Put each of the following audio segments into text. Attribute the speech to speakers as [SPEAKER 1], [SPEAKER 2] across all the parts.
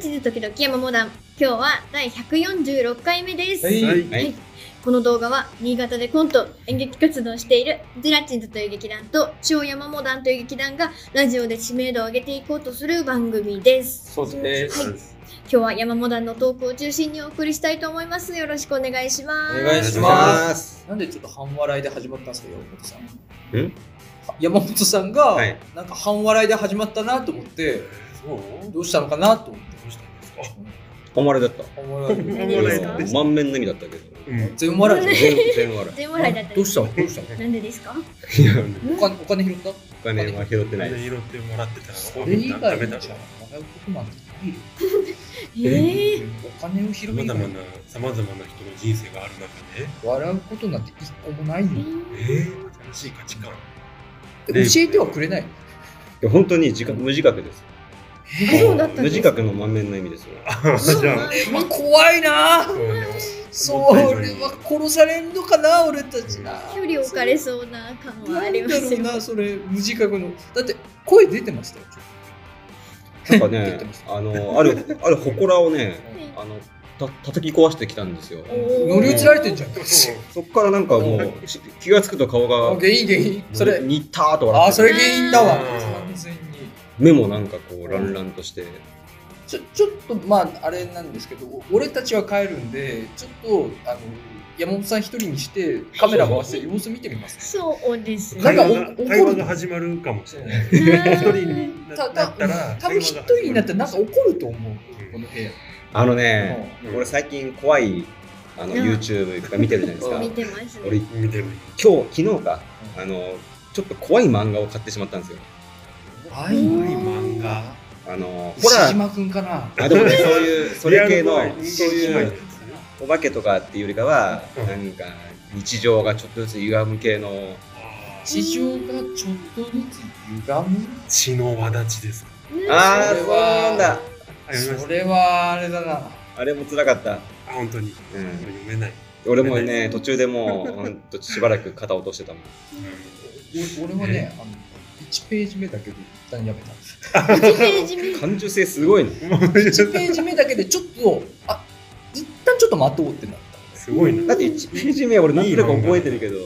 [SPEAKER 1] 地図時々山モダン今日は第146回目です、
[SPEAKER 2] はい
[SPEAKER 3] はい。
[SPEAKER 1] はいこの動画は新潟でコント演劇活動をしているゼラチンズという劇団と塩山モダンという劇団がラジオで知名度を上げていこうとする番組です
[SPEAKER 2] そうです。
[SPEAKER 1] はい今日は山モダンのトークを中心にお送りしたいと思いますよろしくお願いしま
[SPEAKER 2] お
[SPEAKER 1] す
[SPEAKER 2] 願いします
[SPEAKER 3] なんでちょっと半笑いで始まったんですか、山本さん。
[SPEAKER 4] ん
[SPEAKER 3] 山本さんが、
[SPEAKER 4] はい
[SPEAKER 3] なんか半笑いで始まったなと思って、
[SPEAKER 2] そう
[SPEAKER 3] どうしたのかなと思って。どうしたんですか
[SPEAKER 4] 半笑いだった。
[SPEAKER 3] 半 笑いで。
[SPEAKER 1] 何ですか
[SPEAKER 4] うん満面の意味だったけど。
[SPEAKER 2] うん。
[SPEAKER 3] 全笑いで。
[SPEAKER 4] 全然笑
[SPEAKER 1] 全笑いだった
[SPEAKER 3] どうしたのどうしたの
[SPEAKER 1] なんでですか
[SPEAKER 4] い。いや、
[SPEAKER 3] お金お金拾った
[SPEAKER 4] お金は拾ってないです。
[SPEAKER 2] 拾ってもらってたら、
[SPEAKER 3] それ以外
[SPEAKER 2] 食べ
[SPEAKER 3] の
[SPEAKER 2] た
[SPEAKER 3] じゃ
[SPEAKER 2] ら
[SPEAKER 3] あ、笑うことなんてないよ。
[SPEAKER 1] ええ
[SPEAKER 3] お金を拾
[SPEAKER 2] さ
[SPEAKER 3] う以
[SPEAKER 2] ま
[SPEAKER 3] 外
[SPEAKER 2] ざまな、さまざまな人の人生がある中で、
[SPEAKER 3] 笑うことなんて一個もないよ。
[SPEAKER 2] えー、新しい価値観。
[SPEAKER 3] で教えてはくれない。
[SPEAKER 4] いや本当に自覚無自覚です。
[SPEAKER 1] そうだったん
[SPEAKER 4] 無
[SPEAKER 1] です
[SPEAKER 4] 自覚の満面の意味ですよ。
[SPEAKER 1] そう
[SPEAKER 2] じ
[SPEAKER 1] なん
[SPEAKER 2] ゃ
[SPEAKER 1] です
[SPEAKER 3] まあ、怖いな
[SPEAKER 2] あ、
[SPEAKER 3] ぁ。
[SPEAKER 2] そうね。
[SPEAKER 3] それは殺されんのかな、俺たちな。
[SPEAKER 1] 距離置かれそうな感はあります
[SPEAKER 3] なんだろう
[SPEAKER 1] よ
[SPEAKER 3] な、それ、無自覚の。だって、声出てましたよ。
[SPEAKER 4] なんか
[SPEAKER 3] 出て
[SPEAKER 4] ね
[SPEAKER 3] まし、た
[SPEAKER 4] あの、ある、ある祠をね、
[SPEAKER 1] はい
[SPEAKER 4] あの、た叩き壊してきたんですよ。
[SPEAKER 1] おー
[SPEAKER 3] 乗り移られてんじゃん。
[SPEAKER 2] そう
[SPEAKER 4] そっからなんかもう、し気がつくと顔
[SPEAKER 3] あ
[SPEAKER 4] が、
[SPEAKER 3] 原因、原因。それ、
[SPEAKER 4] にったーと
[SPEAKER 3] あ
[SPEAKER 4] 笑
[SPEAKER 3] あ、
[SPEAKER 4] って
[SPEAKER 3] それ原因だわ。
[SPEAKER 2] うん
[SPEAKER 3] 完全に。
[SPEAKER 4] 目もなんかこう、乱々として、
[SPEAKER 3] ちょ、ちょっと、まあ、あれなんですけど、お俺たちは帰るんで、ちょっと、あの、山本さん一人にして、カメラ回して様子見てみます。
[SPEAKER 1] そうです
[SPEAKER 3] なん
[SPEAKER 2] 会
[SPEAKER 3] か
[SPEAKER 2] 話
[SPEAKER 3] お
[SPEAKER 2] が
[SPEAKER 3] 怒る
[SPEAKER 2] 会話が始まるかもしれない。
[SPEAKER 1] 一
[SPEAKER 2] 一人にな
[SPEAKER 3] た
[SPEAKER 2] な
[SPEAKER 3] た
[SPEAKER 2] ったら、
[SPEAKER 3] 多分一人になったらなんか怒ると思う、
[SPEAKER 2] ん
[SPEAKER 3] この部屋。
[SPEAKER 4] あのね、
[SPEAKER 2] うん
[SPEAKER 4] 俺最近怖い、あの、
[SPEAKER 1] うん
[SPEAKER 4] YouTube が見てるじゃないですか。
[SPEAKER 1] 見てます
[SPEAKER 4] 俺
[SPEAKER 1] ね。
[SPEAKER 2] 見てる。
[SPEAKER 4] 今日昨日か
[SPEAKER 3] う
[SPEAKER 4] あのちょっと怖い漫画を買ってしまったんですよ
[SPEAKER 3] 怖い
[SPEAKER 1] 怖い
[SPEAKER 2] 漫画。
[SPEAKER 4] あのホ
[SPEAKER 3] 石
[SPEAKER 4] ラー
[SPEAKER 3] 島くんかな。
[SPEAKER 4] あでもねそういうそれ系の
[SPEAKER 2] リアル怖い
[SPEAKER 4] そういうお化けとかっていうよりかは、
[SPEAKER 2] うん
[SPEAKER 4] なんか日常がちょっとずつ歪む系の
[SPEAKER 2] あー
[SPEAKER 3] 地上がちょっとずつ歪む。
[SPEAKER 2] 血の輪立ちですか。
[SPEAKER 4] ああ
[SPEAKER 3] それ
[SPEAKER 4] そう
[SPEAKER 3] は
[SPEAKER 4] なんだ
[SPEAKER 2] あ、読みまし
[SPEAKER 3] それはあれだな。
[SPEAKER 4] あれも辛かった
[SPEAKER 2] た。あ、本当
[SPEAKER 4] う
[SPEAKER 2] に。
[SPEAKER 4] ん
[SPEAKER 2] 読めない。
[SPEAKER 4] 俺もね途中でもうほんとしばらく肩落としてたもん
[SPEAKER 3] お俺はね、あの1ページ目だけで一旦や めた。
[SPEAKER 1] 1ページ目
[SPEAKER 4] 感受性すごいね
[SPEAKER 3] 1ページ目だけでちょっと、あ一旦ちょっと待とうってなっ
[SPEAKER 2] すごいな。
[SPEAKER 4] だって1ページ目俺なんとなく覚えてるけど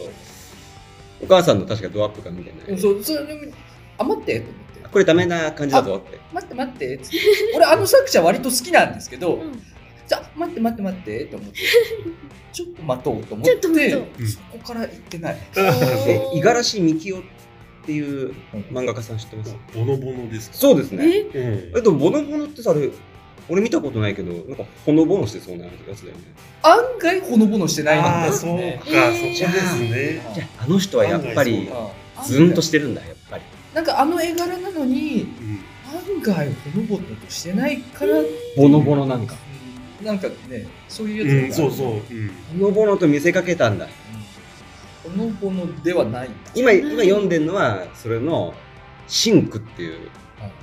[SPEAKER 4] お母さんの確かドアップかみたいな、
[SPEAKER 3] た。そう、それでも、あ、待ってと思って。
[SPEAKER 4] これダメな感じだぞって
[SPEAKER 3] 待って待ってっつって俺あの作者割と好きなんですけど、
[SPEAKER 1] うん
[SPEAKER 3] じゃあ待って待って待ってと思 ってちょっと待とうと思っ
[SPEAKER 1] ちょっと待
[SPEAKER 3] て
[SPEAKER 1] とう
[SPEAKER 2] うん
[SPEAKER 3] そこから行ってない
[SPEAKER 1] え
[SPEAKER 4] え五十嵐美樹夫っていう漫画家さん知ってます
[SPEAKER 2] ボノボノですか。
[SPEAKER 4] そうですね。
[SPEAKER 1] え
[SPEAKER 2] うん
[SPEAKER 4] えっと、ボノボノってさ、あれ、俺見たことないけど、なんかほのぼのしてそうなやつだよね。
[SPEAKER 3] 案外ほのぼのしてないん
[SPEAKER 2] ああ
[SPEAKER 3] で
[SPEAKER 2] ー、
[SPEAKER 3] す
[SPEAKER 2] そう
[SPEAKER 3] ね
[SPEAKER 2] か、
[SPEAKER 1] えー
[SPEAKER 2] そこですね。
[SPEAKER 4] じゃあ、あの人はやっぱ
[SPEAKER 2] 案外
[SPEAKER 4] り
[SPEAKER 2] そ、
[SPEAKER 3] うん
[SPEAKER 4] ズンとしてるんだ、やっぱり。
[SPEAKER 3] なんかあの絵柄なのに
[SPEAKER 2] う
[SPEAKER 3] 案
[SPEAKER 2] ん
[SPEAKER 3] 外ほのぼのとしてないから、
[SPEAKER 4] ボノボノなんか。
[SPEAKER 3] なんかねそういう
[SPEAKER 2] う
[SPEAKER 3] や
[SPEAKER 2] ん、
[SPEAKER 3] つが
[SPEAKER 2] そうそう。うん
[SPEAKER 4] ほのぼのと見せかけたんだ。
[SPEAKER 3] うんほのぼのではないんだ
[SPEAKER 4] 今、今読んでるのは、それの、シンクっていう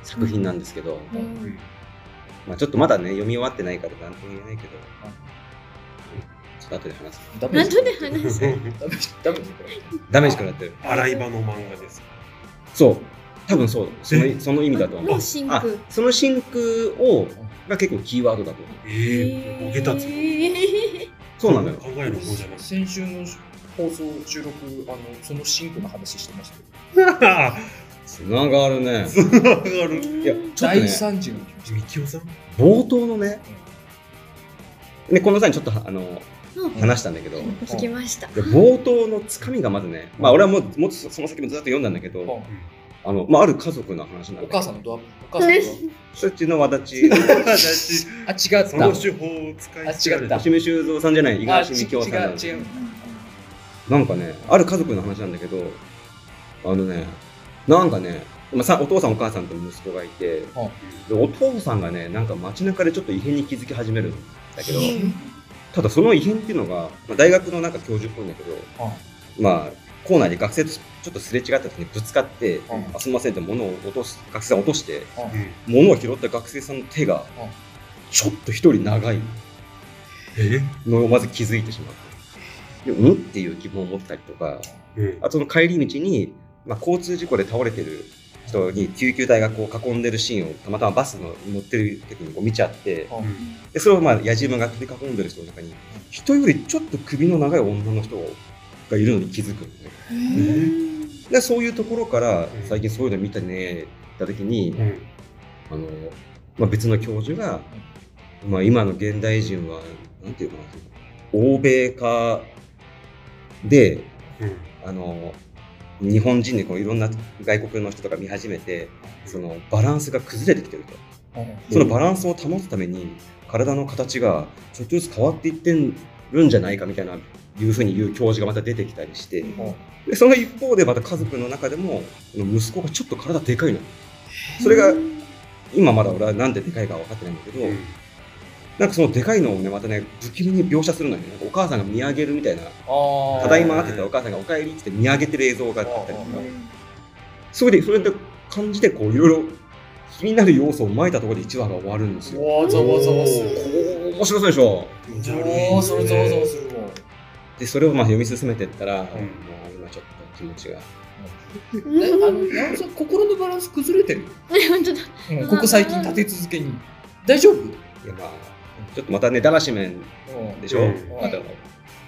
[SPEAKER 4] 作品なんですけど、
[SPEAKER 1] う
[SPEAKER 2] うんん
[SPEAKER 4] まあちょっとまだね、読み終わってないから、なんとも言えないけど、ちょっと後で話す。
[SPEAKER 3] ダメ
[SPEAKER 1] な
[SPEAKER 3] ー
[SPEAKER 1] ん
[SPEAKER 3] ジ
[SPEAKER 1] とで話す
[SPEAKER 3] ダメージダメージこれ
[SPEAKER 4] ダメージくなってる。
[SPEAKER 2] 洗い場の漫画です。
[SPEAKER 4] そう。多分そう。そのその意味だと思う。
[SPEAKER 1] のシン
[SPEAKER 4] あ
[SPEAKER 1] ク
[SPEAKER 4] その真空をが結構キーワードだと思う
[SPEAKER 2] ええ、ボケたつ。
[SPEAKER 1] え
[SPEAKER 4] そうなのよ
[SPEAKER 2] 考える方じゃ
[SPEAKER 3] 先週の放送収録あのそのシンクの話してましたよ
[SPEAKER 2] な
[SPEAKER 4] つながるね
[SPEAKER 2] い。上がる。
[SPEAKER 1] ー
[SPEAKER 4] いやちょっと
[SPEAKER 3] 大
[SPEAKER 4] ね
[SPEAKER 3] 惨事が起きまし
[SPEAKER 2] みきおさん。
[SPEAKER 4] 冒頭のねでこの際にちょっとあの
[SPEAKER 1] うん
[SPEAKER 4] 話したんだけど
[SPEAKER 1] お聞きました
[SPEAKER 4] で冒頭のつかみがまずねまあ俺はもうもっとその先もずっと読んだんだけ
[SPEAKER 3] た、
[SPEAKER 4] どあの、まあ、ある家族の話なん
[SPEAKER 3] お
[SPEAKER 4] だ
[SPEAKER 3] 母
[SPEAKER 4] けど
[SPEAKER 3] さんのドアップお母さんの
[SPEAKER 4] そっちのわだち
[SPEAKER 2] 私、
[SPEAKER 3] ドアップあ
[SPEAKER 2] そ
[SPEAKER 3] 違
[SPEAKER 2] の
[SPEAKER 3] った
[SPEAKER 2] 手法を使い
[SPEAKER 3] あ違った
[SPEAKER 4] 押目修造さんじゃない五十
[SPEAKER 3] あ
[SPEAKER 4] 嵐美京さんなんだ
[SPEAKER 3] ち違う違う
[SPEAKER 4] なんかねある家族の話なんだけどあのねなんかね、まあ、さお父さんお母さんと息子がいてでお父さんがねなんか街中でちょっと異変に気づき始めるんだけどただその異変っていうのが、まあ、大学のなんか教授っぽいんだけど、
[SPEAKER 3] は
[SPEAKER 4] まあ校内で学生とちょっとすれ違った時にぶつかって、あすみませんって物を落とし学生さん落として
[SPEAKER 2] うん
[SPEAKER 4] 物を拾った学生さんの手がちょっと一人長い
[SPEAKER 2] え
[SPEAKER 4] のをまず気づいてしまうでうんっていう疑問を持ったりとか
[SPEAKER 2] うん
[SPEAKER 4] あとその帰り道に、まあ、交通事故で倒れてる人に救急隊がこう囲んでるシーンをたまたまバスの乗ってる時にこう見ちゃって
[SPEAKER 3] うん
[SPEAKER 2] うん
[SPEAKER 4] でそれをまあ野次馬が取り囲んでる人の中に人よりちょっと首の長い女の人がいるのに気づくんですね
[SPEAKER 1] うん
[SPEAKER 4] でそういうところから
[SPEAKER 2] ん
[SPEAKER 4] 最近そういうの見たねた時に
[SPEAKER 2] うん
[SPEAKER 4] あの、まあ、別の教授が、まあ、今の現代人はなんていうのかな欧米化で
[SPEAKER 2] うん
[SPEAKER 4] あの日本人でこういろんな外国の人とか見始めてそのバランスが崩れてきてるとそのバランスを保つために体の形がちょっとずつ変わっていってるんじゃないかみたいないうふうに言う教授がまた出てきたりしてでその一方でまた家族の中でもこの息子がちょっと体でかいのそれが今まだ俺はなんででかいか分かってないんだけど、
[SPEAKER 2] うん
[SPEAKER 4] なんかそのでかいのをねまたね不気味に描写するのよねなんかお母さんが見上げるみたいな「
[SPEAKER 3] あ
[SPEAKER 4] ただいま」って言ったらお母さんが「おかえり」って見上げてる映像があったりとかそれでそれで感じでこういろいろ気になる要素をまいたところで1話が終わるんですよ。
[SPEAKER 3] わざわざわす
[SPEAKER 4] おー面白そうでしょ
[SPEAKER 2] 気持ち悪いね
[SPEAKER 3] おおそれざわざわするもん
[SPEAKER 4] でそれをまあ読み進めてったら、もう
[SPEAKER 2] うん
[SPEAKER 4] 今ちょっと気持ちが
[SPEAKER 3] えあの山本さん心のバランス崩れてる
[SPEAKER 1] 本当だ
[SPEAKER 3] うんここ最近立て続けに大丈夫
[SPEAKER 4] いやまあちょっとまたねだらし面でしょ、
[SPEAKER 2] うん
[SPEAKER 4] あとは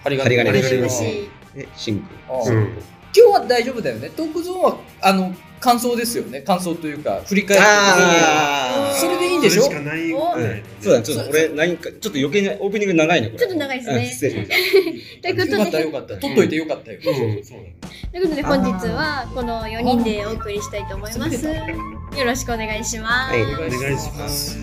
[SPEAKER 3] 針
[SPEAKER 4] 針金
[SPEAKER 1] あ
[SPEAKER 4] が
[SPEAKER 1] れ
[SPEAKER 4] 出てる
[SPEAKER 1] 嬉しい
[SPEAKER 4] ねシンク
[SPEAKER 3] あー
[SPEAKER 2] うん
[SPEAKER 3] 今日は大丈夫だよねトークゾーンはあの感想ですよね感想というか振り返って
[SPEAKER 1] あー
[SPEAKER 3] それでいいんでしょ
[SPEAKER 2] それしかない
[SPEAKER 1] お
[SPEAKER 2] ないね
[SPEAKER 4] そうだね、ちょっと俺、何か、ちょっと余計な、オープニング長いね、これ。
[SPEAKER 1] ちょっと長いですね
[SPEAKER 4] うん失礼しました。
[SPEAKER 1] ということで
[SPEAKER 3] よかったよかった取っといてよかったよ、
[SPEAKER 2] うんそうだね
[SPEAKER 1] ということで本日はこの4人でお送りしたいと思いますよろしくお願いします、
[SPEAKER 4] はい
[SPEAKER 3] お
[SPEAKER 2] お願いします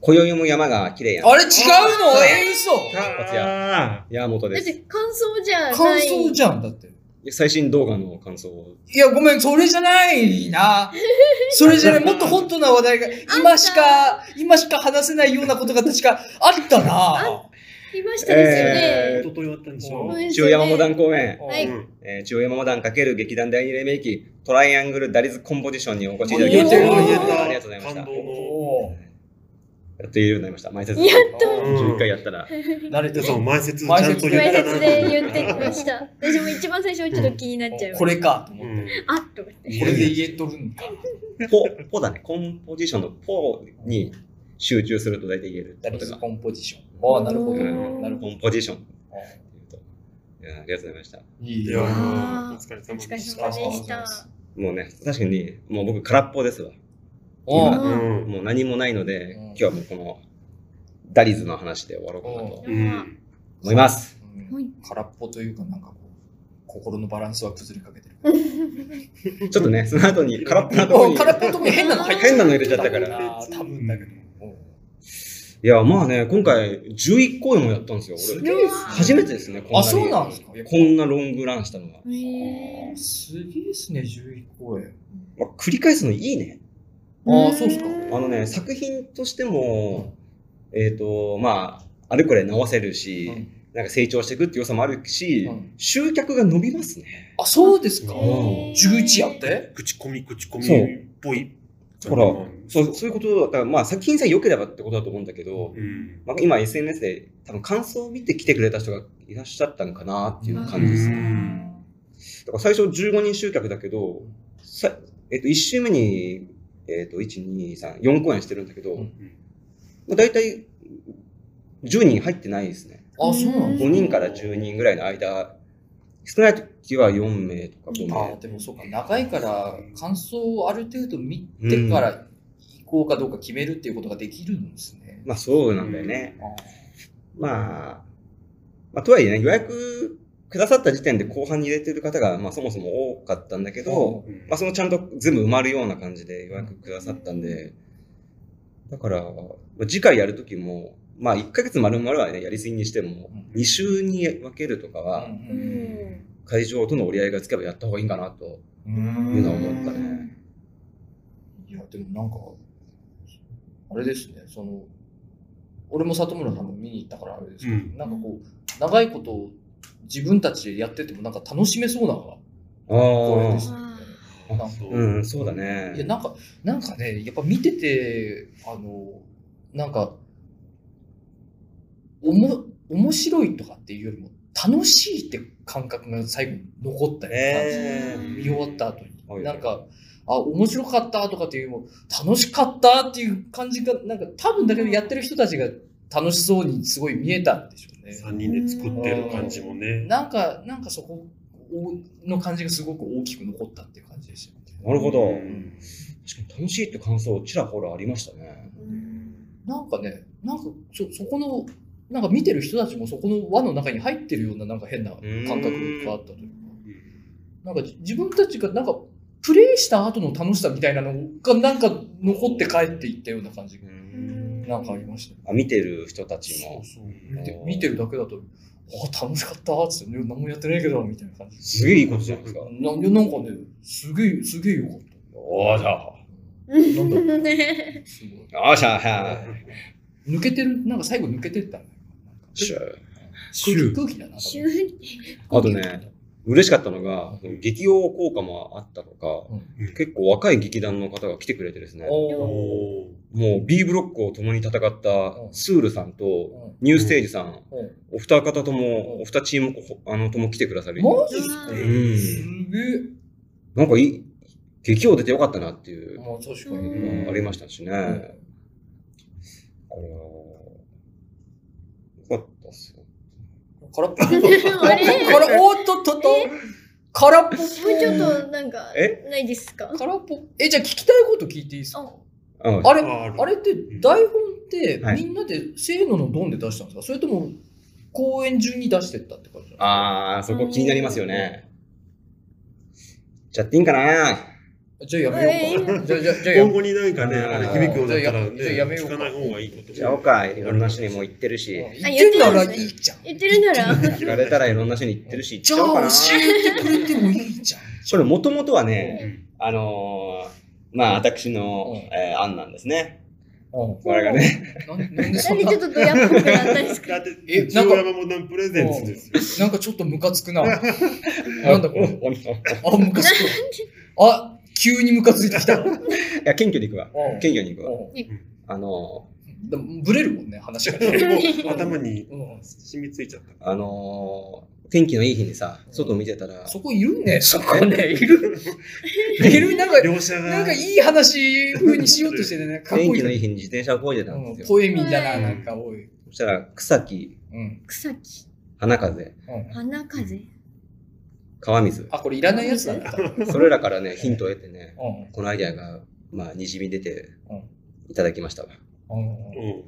[SPEAKER 4] 今宵も山が綺麗やな。
[SPEAKER 3] あれ違うのえー、嘘
[SPEAKER 2] あ
[SPEAKER 4] 山本で
[SPEAKER 1] だっ
[SPEAKER 4] す。
[SPEAKER 1] て
[SPEAKER 4] い
[SPEAKER 1] 感想じゃな
[SPEAKER 3] 感
[SPEAKER 1] い
[SPEAKER 3] 想じゃんだって
[SPEAKER 4] や最新動画の感想を。
[SPEAKER 3] いやごめんそれじゃない なそれじゃないもっとホットな話題が今しか今しか話せないようなことが確かあったな
[SPEAKER 1] 言いましたですよ
[SPEAKER 2] ー
[SPEAKER 1] ね、
[SPEAKER 2] 一昨日終わったんでしょ
[SPEAKER 3] う
[SPEAKER 1] そうですよね
[SPEAKER 4] 中央山モダン公演、
[SPEAKER 1] はいううん
[SPEAKER 4] えー中央山モダン×劇団第二黎明期、トライアングル打率コンポジションにお越しいただきまして
[SPEAKER 3] おー言えた
[SPEAKER 4] ありがとうございました。
[SPEAKER 2] 感動
[SPEAKER 4] や
[SPEAKER 3] おー
[SPEAKER 4] っているようになりました。毎節。
[SPEAKER 1] や
[SPEAKER 4] 11
[SPEAKER 3] と
[SPEAKER 4] 回やったら。
[SPEAKER 3] 慣れ
[SPEAKER 2] じ
[SPEAKER 3] て
[SPEAKER 2] ゃあそ
[SPEAKER 3] た
[SPEAKER 2] う前説ちゃんと言
[SPEAKER 1] 前
[SPEAKER 2] ったな
[SPEAKER 1] 説で言ってました私も一番最初ちょっと気になっちゃう、
[SPEAKER 3] これかと思
[SPEAKER 2] う
[SPEAKER 3] って
[SPEAKER 2] ん
[SPEAKER 1] あっと思って
[SPEAKER 3] これで言えとるんか
[SPEAKER 4] ポ、ポだね。コンポジションのポに集中すると大体言える
[SPEAKER 3] 打
[SPEAKER 4] こと
[SPEAKER 3] 率
[SPEAKER 4] が。
[SPEAKER 3] コンポジションああなるほど
[SPEAKER 1] うん
[SPEAKER 3] なるほ
[SPEAKER 4] コ
[SPEAKER 3] ど
[SPEAKER 4] ンポジションっていうと。いやありがとうございました。
[SPEAKER 3] いい
[SPEAKER 2] い
[SPEAKER 3] ね
[SPEAKER 2] や
[SPEAKER 1] あー
[SPEAKER 2] ーお疲れ様
[SPEAKER 1] お疲れ
[SPEAKER 2] でし
[SPEAKER 1] 様
[SPEAKER 2] た
[SPEAKER 1] でした
[SPEAKER 4] もうね、確かに、もう僕空っぽですわ。
[SPEAKER 3] お
[SPEAKER 1] う
[SPEAKER 3] ー
[SPEAKER 1] ん
[SPEAKER 2] うん
[SPEAKER 4] もう何もないので、
[SPEAKER 3] うん
[SPEAKER 4] 今日はもうこの、ダリズの話で終わろうかなと
[SPEAKER 1] う
[SPEAKER 2] うん
[SPEAKER 4] 思います。
[SPEAKER 3] うん空っぽというかなんかこう心のバランスは崩れかけてる
[SPEAKER 4] ちょっ とね、その後に空っぽなとこ
[SPEAKER 3] お
[SPEAKER 4] に。
[SPEAKER 3] 空っぽのとこに変なの入っちゃ
[SPEAKER 4] 変なの入れちゃったから
[SPEAKER 3] あー多分だけどおー
[SPEAKER 4] いや、まあね、今回11公演もやったんですよ。
[SPEAKER 3] すげ
[SPEAKER 4] 俺、
[SPEAKER 3] えっす
[SPEAKER 4] 初めてですね、こんな
[SPEAKER 3] あ、
[SPEAKER 4] に
[SPEAKER 3] そうなんですか
[SPEAKER 4] こんなロングランしたのは。
[SPEAKER 1] へえ
[SPEAKER 3] すげえですね、11公演。
[SPEAKER 4] まあ、繰り返すのいいね。
[SPEAKER 3] ああ、そうっすか。
[SPEAKER 4] あのね、作品としても、えっ、と、まあ、あれこれ直せるし、なんか成長していくって良さもあるし、
[SPEAKER 3] うん
[SPEAKER 4] 集客が伸びますね。
[SPEAKER 3] あ、そうですか。
[SPEAKER 4] うん
[SPEAKER 3] 11やって
[SPEAKER 2] 口コミ口コミ
[SPEAKER 4] そう
[SPEAKER 2] っぽい
[SPEAKER 4] ほら
[SPEAKER 2] うん
[SPEAKER 4] そうそういうことだから、まあ、作品さえ良ければってことだと思うんだけど、
[SPEAKER 2] うん
[SPEAKER 4] まあ、今 SNS で多分感想を見て来てくれた人がいらっしゃったのかなっていう感じです
[SPEAKER 2] う
[SPEAKER 4] ね。
[SPEAKER 2] ん
[SPEAKER 4] だから最初15人集客だけど、さえっと、1週目に、えっと、1、2、3、4公演してるんだけど、
[SPEAKER 3] うん
[SPEAKER 4] まあ、大体10人入ってないですね。
[SPEAKER 3] あ、そうなんだ
[SPEAKER 4] 5人から10人ぐらいの間、少ない時は4名とか5
[SPEAKER 3] あ
[SPEAKER 4] 名
[SPEAKER 3] ー、。でもそうか、長いから、感想をある程度見てから行こうかどうか決めるっていうことができるんですね。
[SPEAKER 4] まあそうなんだよね。
[SPEAKER 3] あ
[SPEAKER 4] まあ、まあ、とはいえね、予約くださった時点で後半に入れてる方が、まあそもそも多かったんだけ
[SPEAKER 3] ー
[SPEAKER 4] ど、
[SPEAKER 2] うん
[SPEAKER 4] まあ、そのちゃんと全部埋まるような感じで予約くださったんで、だから、まあ次回やるときも、まあ、1ヶ月丸々はね、やりすぎにしても
[SPEAKER 3] うん、
[SPEAKER 4] 2週に分けるとか
[SPEAKER 3] う
[SPEAKER 4] は、
[SPEAKER 3] ん
[SPEAKER 4] 会場との折り合いがつけばやった方がいいかなと
[SPEAKER 3] うん
[SPEAKER 4] いうのは思ったね。
[SPEAKER 3] いや、でもなんか、あれですね、その、俺も里村さんも見に行ったからあれですけど、
[SPEAKER 2] うん
[SPEAKER 3] なんかこう、長いこと自分たちでやっててもなんか楽しめそうな
[SPEAKER 4] ああ
[SPEAKER 3] 声です
[SPEAKER 4] ー、
[SPEAKER 3] ね。
[SPEAKER 1] あ
[SPEAKER 3] なんか
[SPEAKER 2] そう
[SPEAKER 4] うん、そうだ
[SPEAKER 3] いや
[SPEAKER 4] ね。
[SPEAKER 3] なんかなんかねやっぱ見ててあのなんかおも面白いとかっていうよりも楽しいって感覚が最後に残ったような感じ、
[SPEAKER 4] え
[SPEAKER 1] ー
[SPEAKER 3] 見終わった後に、
[SPEAKER 4] はい
[SPEAKER 3] なんかあ面白かったとかっていうよりも楽しかったっていう感じがなんか多分だけどやってる人たちが楽しそうにすごい見えたんでしょうね。
[SPEAKER 2] 三人で作ってる感じもね。
[SPEAKER 3] なんかなんかそこの感じがすごく大きく残ったっていう感じでしたよね。
[SPEAKER 4] なるほど
[SPEAKER 2] う。ん
[SPEAKER 4] 確かに楽しいって感想、ちらほらありましたね。
[SPEAKER 3] なんかね、なんかそそこの、なんか見てる人たちもそこの輪の中に入ってるようななんか変な感覚があったというか、なんかじ自分たちがなんかプレイした後の楽しさみたいなのがなんか残って帰っていったような感じがなんかありましたね。
[SPEAKER 4] あ見てる人たち
[SPEAKER 3] そ
[SPEAKER 4] も
[SPEAKER 3] う。そう
[SPEAKER 2] うん
[SPEAKER 3] 見て見てるだけだと、あ楽しかったっつって、ね、何もやってないけどみたいな感じ。
[SPEAKER 4] すげえいいことじゃないですか。
[SPEAKER 3] ななんかね、すげえ、すげえよかった。
[SPEAKER 4] おーじゃあ。
[SPEAKER 1] うんね
[SPEAKER 3] すごい
[SPEAKER 4] おーじゃあ、は
[SPEAKER 3] 抜けてる、なんか最後抜けてったね。なんか
[SPEAKER 4] い。シュ
[SPEAKER 3] 空気空気だな。多分
[SPEAKER 1] シュー
[SPEAKER 4] あとね、嬉しかったのが、劇用効果もあったのか、結構若い劇団の方が来てくれてですね、
[SPEAKER 2] お
[SPEAKER 3] お
[SPEAKER 2] おー。
[SPEAKER 4] もう B ブロックを共に戦ったスールさんと
[SPEAKER 3] ー
[SPEAKER 4] ニューステージさん、
[SPEAKER 3] うん
[SPEAKER 4] お二方とも、お二チームこあのとも来てくださり、
[SPEAKER 3] マジっすか
[SPEAKER 1] う
[SPEAKER 4] うん
[SPEAKER 3] すげえ。
[SPEAKER 4] なんかいい、劇を出てよかったなっていう、
[SPEAKER 3] まあ確か
[SPEAKER 1] う
[SPEAKER 3] に。
[SPEAKER 4] のがありましたしね。
[SPEAKER 3] うん
[SPEAKER 4] これは、よかったっすよ。
[SPEAKER 3] 空っぽ。
[SPEAKER 1] あれ
[SPEAKER 3] 空おっとっとっと。空っぽ。
[SPEAKER 1] もうちょっとなんか
[SPEAKER 4] え
[SPEAKER 1] ないですか
[SPEAKER 3] 空っぽ。え、じゃあ聞きたいこと聞いていいですか
[SPEAKER 4] あ
[SPEAKER 3] あれ、
[SPEAKER 2] ある
[SPEAKER 3] あれって台本って
[SPEAKER 4] はい
[SPEAKER 3] みんなでせーののドンで出したんですかそれとも公演順に出してったって感じあ。
[SPEAKER 4] あー、そこ気になりますよね。いっちゃっていいんかな
[SPEAKER 3] じゃあやめよう
[SPEAKER 1] え
[SPEAKER 3] か。じゃあ、じゃあ、じゃあや
[SPEAKER 2] 今
[SPEAKER 3] め
[SPEAKER 2] 後になんかね、あれ響くようだったらね、
[SPEAKER 3] じゃあやめよう
[SPEAKER 2] 聞
[SPEAKER 3] か
[SPEAKER 2] かない方がいいこと。
[SPEAKER 4] じゃあ、おかい、いろんな人にも行ってるし、
[SPEAKER 3] 言ってんなら
[SPEAKER 1] あやってるん
[SPEAKER 3] い
[SPEAKER 1] ですね
[SPEAKER 3] いじゃん。
[SPEAKER 1] 言ってるなら。
[SPEAKER 4] 聞かれたらいろんな人に行ってるし、行っ
[SPEAKER 3] じ
[SPEAKER 4] ち
[SPEAKER 3] ゃ
[SPEAKER 4] ゃおうか
[SPEAKER 3] あ
[SPEAKER 4] な。
[SPEAKER 3] 教えてくれてもいいじゃん。
[SPEAKER 4] これ、もともとはね、
[SPEAKER 2] うん
[SPEAKER 4] あのー、まあ、私の、
[SPEAKER 3] うん
[SPEAKER 4] えー案なんですね。
[SPEAKER 3] う
[SPEAKER 4] これがね、
[SPEAKER 3] ん。なんなんでそ
[SPEAKER 1] なんで
[SPEAKER 3] んな
[SPEAKER 1] ちょっ。とドヤっぽくなったんですか
[SPEAKER 2] だって、
[SPEAKER 3] え
[SPEAKER 2] え、
[SPEAKER 3] なんか
[SPEAKER 2] 山モダンプレゼンツですよ。
[SPEAKER 3] なんかちょっとムカつくな。なんだこれ。
[SPEAKER 4] おおおい
[SPEAKER 3] あ、ムカつくわ。あ、急にムカついてきた。うん
[SPEAKER 4] や、謙虚に行くわ。謙虚に行くわ。
[SPEAKER 3] う
[SPEAKER 4] あの
[SPEAKER 3] んでもブレるもんね、話 が。
[SPEAKER 2] もう頭に
[SPEAKER 3] うん
[SPEAKER 2] 染みついちゃった。
[SPEAKER 4] ー、あのー、天気のいい日にさ、外見てたら、
[SPEAKER 3] そこいるね、そこね、いる。いる、なんか、
[SPEAKER 2] 両者が。
[SPEAKER 3] なんかいい話風にしようとしててね、かっこ
[SPEAKER 4] 天
[SPEAKER 3] い
[SPEAKER 4] 気のい
[SPEAKER 3] い。
[SPEAKER 4] い日に自転車をこいでたん
[SPEAKER 3] う
[SPEAKER 4] で
[SPEAKER 3] ん
[SPEAKER 4] すよ。
[SPEAKER 3] ポエミーだな、なんか、おい。
[SPEAKER 4] そしたら、草木、
[SPEAKER 3] うん。
[SPEAKER 1] 草木、
[SPEAKER 4] 花風、
[SPEAKER 3] うん
[SPEAKER 1] 花風。
[SPEAKER 4] 川水、
[SPEAKER 3] あ、これいらないやつなんだ。多分
[SPEAKER 4] それらからね、ヒントを得てね、
[SPEAKER 3] うん
[SPEAKER 4] このアイデアが、まあ、にじみ出て
[SPEAKER 3] うん
[SPEAKER 4] いただきましたわ。
[SPEAKER 3] うんうん
[SPEAKER 2] うん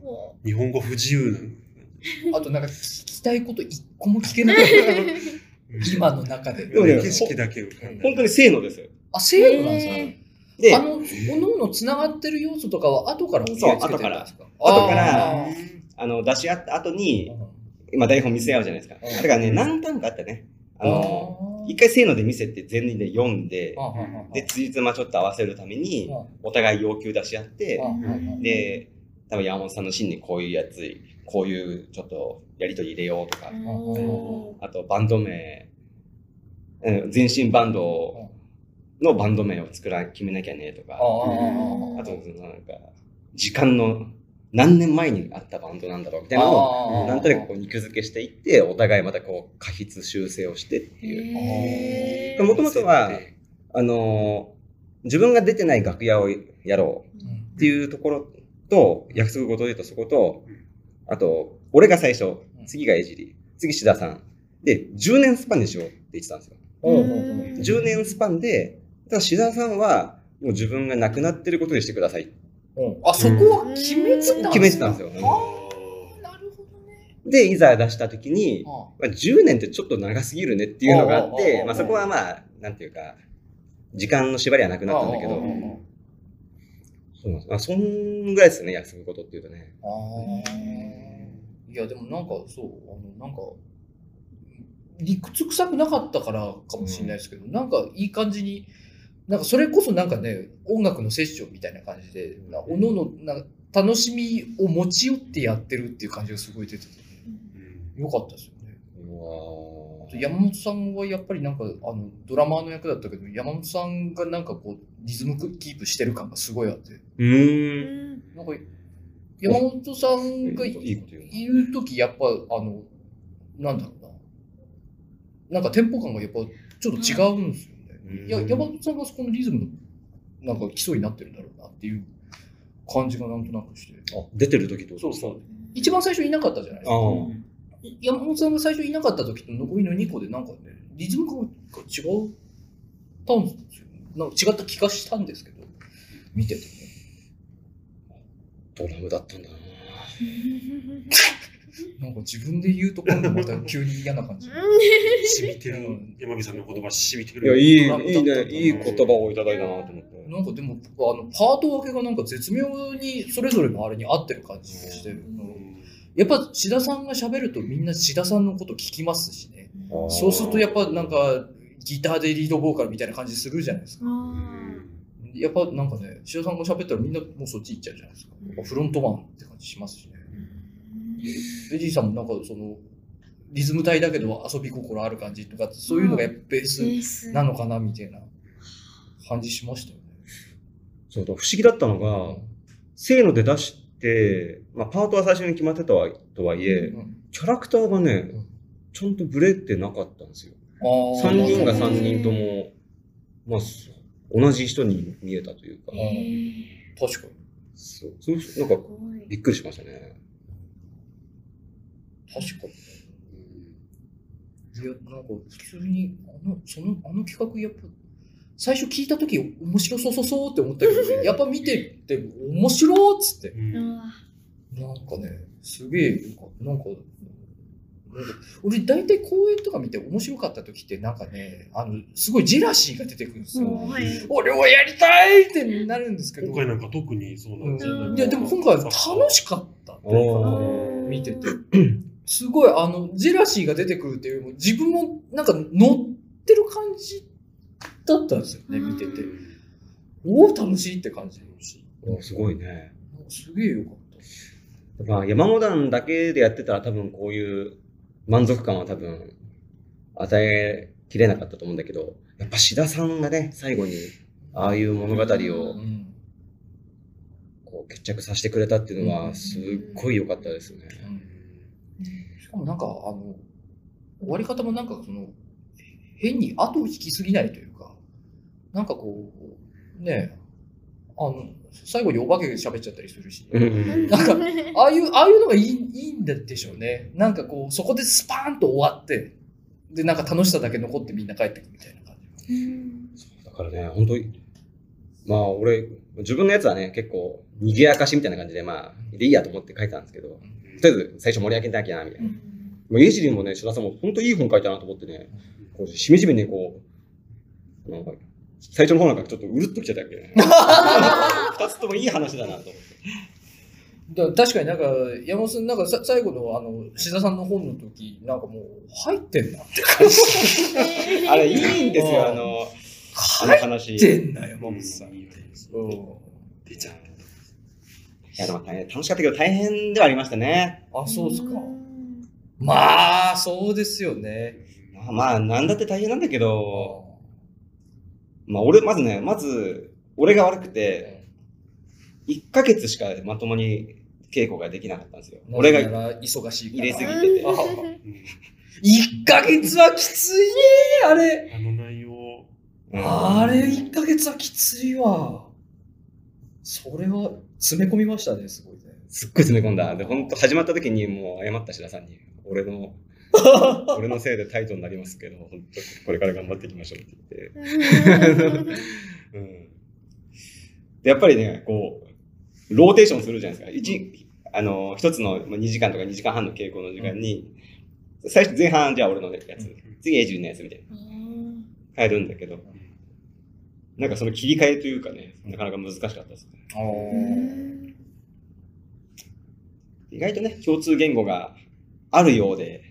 [SPEAKER 1] も
[SPEAKER 2] 日本語不自由なの。
[SPEAKER 3] あと、なんか、聞きたいこと一個も聞けなか った。今の中で。
[SPEAKER 2] でもね景色だけ浮かんだ。
[SPEAKER 4] 当にせーのですよ。
[SPEAKER 3] あ、制度なんですか
[SPEAKER 1] へ
[SPEAKER 4] で
[SPEAKER 3] あ、の、おのおの繋がってる要素とかは後からお付き合いつけてたんですか
[SPEAKER 4] そう後から後
[SPEAKER 3] あ
[SPEAKER 4] から
[SPEAKER 3] ー
[SPEAKER 4] あの出し合った後に、
[SPEAKER 3] う
[SPEAKER 4] 今台本見せ合うじゃないですか。
[SPEAKER 3] うん
[SPEAKER 4] だからね、何段かあったね。あの、
[SPEAKER 3] ん
[SPEAKER 4] 一回せーので見せて全員で読んで
[SPEAKER 3] あ、ーあー
[SPEAKER 4] で、辻褄ちょっと合わせるために
[SPEAKER 3] あー、
[SPEAKER 4] お互い要求出し合って
[SPEAKER 3] あー、あーあー
[SPEAKER 4] で、多分山本さんの心にこういうやつ、こういうちょっとやりとり入れようとか、
[SPEAKER 1] うお
[SPEAKER 4] あとバンド名、うん全身バンドのバンド名を作ら決めなきゃねとか、
[SPEAKER 3] あー
[SPEAKER 4] あとそのなんか、時間の何年前にあったバンドなんだろうみたいなのを、
[SPEAKER 3] あー
[SPEAKER 4] なんとなくこう肉付けしていって、お互いまたこう過筆修正をしてって
[SPEAKER 1] ー
[SPEAKER 4] いう。
[SPEAKER 1] へ
[SPEAKER 4] で
[SPEAKER 1] ー
[SPEAKER 4] もともとは、あのー自分が出てない楽屋をやろう
[SPEAKER 3] うん
[SPEAKER 4] っていうところと、約束事で言うとそこと
[SPEAKER 2] うん、
[SPEAKER 4] あと、俺が最初
[SPEAKER 3] ん、
[SPEAKER 4] 次が江尻、次志田さん。で、10年スパンにしようって言ってたんですよ。
[SPEAKER 3] おうおう
[SPEAKER 1] うん
[SPEAKER 4] 10年スパンで、ただ志田さんは、もう自分が亡くなってることにしてください。
[SPEAKER 3] おうあそこは決めてた
[SPEAKER 4] 決めてたんです
[SPEAKER 3] よ
[SPEAKER 4] よ。
[SPEAKER 2] あ
[SPEAKER 3] なるほどね
[SPEAKER 4] で、いざ出した時に、まあ、10年ってちょっと長すぎるねっていうのがあ
[SPEAKER 3] あ
[SPEAKER 4] っ
[SPEAKER 3] ああああ
[SPEAKER 4] て
[SPEAKER 3] あ、
[SPEAKER 4] まあ、そこはまあ、なんていうか、時間の縛りはなくなったんだけ
[SPEAKER 3] ああ
[SPEAKER 4] ど
[SPEAKER 3] あ、
[SPEAKER 4] そうなんですまあ、そんぐらいですよね、約束事っていうとね。
[SPEAKER 3] あーいやでもなんかそうあのなんか理屈臭くなかったからかもしれないですけど、なんかいい感じになんかそれこそなんかね音楽のセッションみたいな感じでなおのおのなんか楽しみを持ち寄ってやってるっていう感じがすごい出ててよかったですよね
[SPEAKER 4] うわー
[SPEAKER 3] で山本さんはやっぱりなんかあのドラマーの役だったけど山本さんがなんかこうリズムキープしてる感がすごいあって
[SPEAKER 4] うーん。
[SPEAKER 3] なんか山本さんが
[SPEAKER 4] いいこと言うない
[SPEAKER 3] る時やっぱあのなんだろうななんかテンポ感がやっぱちょっと違うんですよね、
[SPEAKER 4] うん
[SPEAKER 3] いや山本さんがそこのリズムのなんか基礎になってるんだろうなっていう感じがなんとなくして
[SPEAKER 4] あ出てる時ってこと
[SPEAKER 3] そうそう一番最初いなかったじゃないですか
[SPEAKER 4] ああ
[SPEAKER 3] 山本さんが最初いなかった時と残りの2個でなんかねリズム感が違ったんですよなんか違った気がしたんですけど見ててね
[SPEAKER 4] ドラムだったんだな。
[SPEAKER 3] なんか自分で言うと今度また急に嫌な感じ
[SPEAKER 2] 染みて
[SPEAKER 3] う
[SPEAKER 2] る
[SPEAKER 3] ん。
[SPEAKER 2] 山木さんの言葉染みて
[SPEAKER 4] いや、
[SPEAKER 2] る。
[SPEAKER 4] いい、いいね、いい言葉をいただいたなと思って。
[SPEAKER 3] なんかでもあのパート分けがなんか絶妙にそれぞれのあれに合ってる感じがして
[SPEAKER 2] うん
[SPEAKER 3] やっぱ志田さんが喋るとみんな志田さんのこと聞きますしね
[SPEAKER 4] あー
[SPEAKER 3] そうするとやっぱなんかギターでリードボーカルみたいな感じするじゃないですかやっぱなんかね、千代さんが喋ったらみんなもうそっち行っちゃうじゃないですか。やっぱフロントマンって感じしますしね。ベジーさんもなんかそのリズム体だけど遊び心ある感じとか、そういうのがやっぱベースなのかなみたいな感じしましたよね。
[SPEAKER 4] そうだ、不思議だったのが、せーので出して、まあ、パートは最初に決まってたわとはいえ、
[SPEAKER 3] うん
[SPEAKER 4] キャラクターがね
[SPEAKER 3] うん、
[SPEAKER 4] ちゃんとブレてなかったんですよ。
[SPEAKER 3] あー
[SPEAKER 4] 3人が3人とも、まあ、同じ人に見えたというか、
[SPEAKER 3] 確かに。
[SPEAKER 4] そう、そうなんかびっくりしましたね。
[SPEAKER 3] 確かに。いや、なんか普通にあのそのあの企画やっぱ最初聞いた時面白そうそうそうって思ったけど、 やっぱ見てて面白ーっつって。
[SPEAKER 2] うん
[SPEAKER 3] なんかね、すげえよかった。なんか、なんか俺大体公演とか見て面白かった時ってなんかね、あの、すごいジェラシーが出てくるんですよ。俺はやりたいってなるんですけど。
[SPEAKER 2] 今回なんか特にそうなんですよ
[SPEAKER 3] うん
[SPEAKER 2] ね
[SPEAKER 3] いや、でも今回は楽しかったっていうか
[SPEAKER 4] あー
[SPEAKER 3] 見て て。すごい、あの、ジェラシーが出てくるっていうよりも、自分もなんか乗ってる感じだったんですよね、見てて。おお、楽しいって感じ。
[SPEAKER 4] あすごいね。
[SPEAKER 3] なんかすげえよかった。
[SPEAKER 4] まあ、山モダンだけでやってたら多分こういう満足感は多分与えきれなかったと思うんだけど、やっぱ志田さんがね、最後にああいう物語
[SPEAKER 3] う
[SPEAKER 4] を
[SPEAKER 3] ん
[SPEAKER 4] こう決着させてくれたっていうのはすっごい良かったですね。
[SPEAKER 3] うんしかもなんかあの終わり方もなんかその変に後を引きすぎないというかなんかこうねえあの最後にお化け喋っちゃったりするし、
[SPEAKER 4] うん
[SPEAKER 3] ああいうああいうのがいいいいんでしょうねなんかこうそこでスパーンと終わってでなんか楽しさだけ残ってみんな帰ってくみたいな感じ
[SPEAKER 4] だからね、本当に、まあ俺、自分のやつはね、結構賑やかしみたいな感じで、まあ、でいいやと思って書いたんですけど、とりあえず最初盛り上げなきゃな、みたいな。もう家尻もね、志田さんも本当いい本書いたなと思ってね、こうしみじみね、こう、なんか最初の方なんかちょっとうるっときちゃったわ けどね。二つともいい話だなと思って。
[SPEAKER 3] だ確かになんか山本さんなんかさ最後のあの志田さんの本の時なんかもう入ってんなって感じ
[SPEAKER 4] あれ、いいんですよ、
[SPEAKER 3] あー
[SPEAKER 4] あの、あ
[SPEAKER 3] 入
[SPEAKER 4] の
[SPEAKER 3] っ
[SPEAKER 4] 話。
[SPEAKER 3] て
[SPEAKER 4] い
[SPEAKER 3] んな山本さんってうん
[SPEAKER 2] 出ちゃう。
[SPEAKER 4] や、でも大変楽しかったけど、大変ではありましたね。
[SPEAKER 3] あ、そうですか。まあ、そうですよね。
[SPEAKER 4] まあ、まあ、なんだって大変なんだけ
[SPEAKER 3] あ
[SPEAKER 4] ど、まあ、俺、まずね、まず、俺が悪くて、1ヶ月しかまともに稽古ができなかったんですよ。俺が入
[SPEAKER 3] なぜなら忙しいから。
[SPEAKER 4] れすぎてて。
[SPEAKER 3] あ
[SPEAKER 2] うん
[SPEAKER 3] 1ヶ月はきついね、あれ。
[SPEAKER 2] あの内容、
[SPEAKER 4] うん
[SPEAKER 3] あれ、1ヶ月はきついわ。それは、詰め込みましたね、すごいね。
[SPEAKER 4] すっごい詰め込んだ。で、本当始まった時にもう謝った白さんに、俺 の、俺のせいでタイトになりますけど、本当これから頑張っていきましょうって言って。うんでやっぱりね、こう、ローテーションするじゃないですか。一、あの、一つのまあ2時間とか2時間半の稽古の時間に、最初前半じゃあ俺のやつ、次エイジュのやつみたいな、変えるんだけど、なんかその切り替えというかね、なかなか難しかったですね。
[SPEAKER 3] あー
[SPEAKER 4] 意外とね、共通言語があるようで、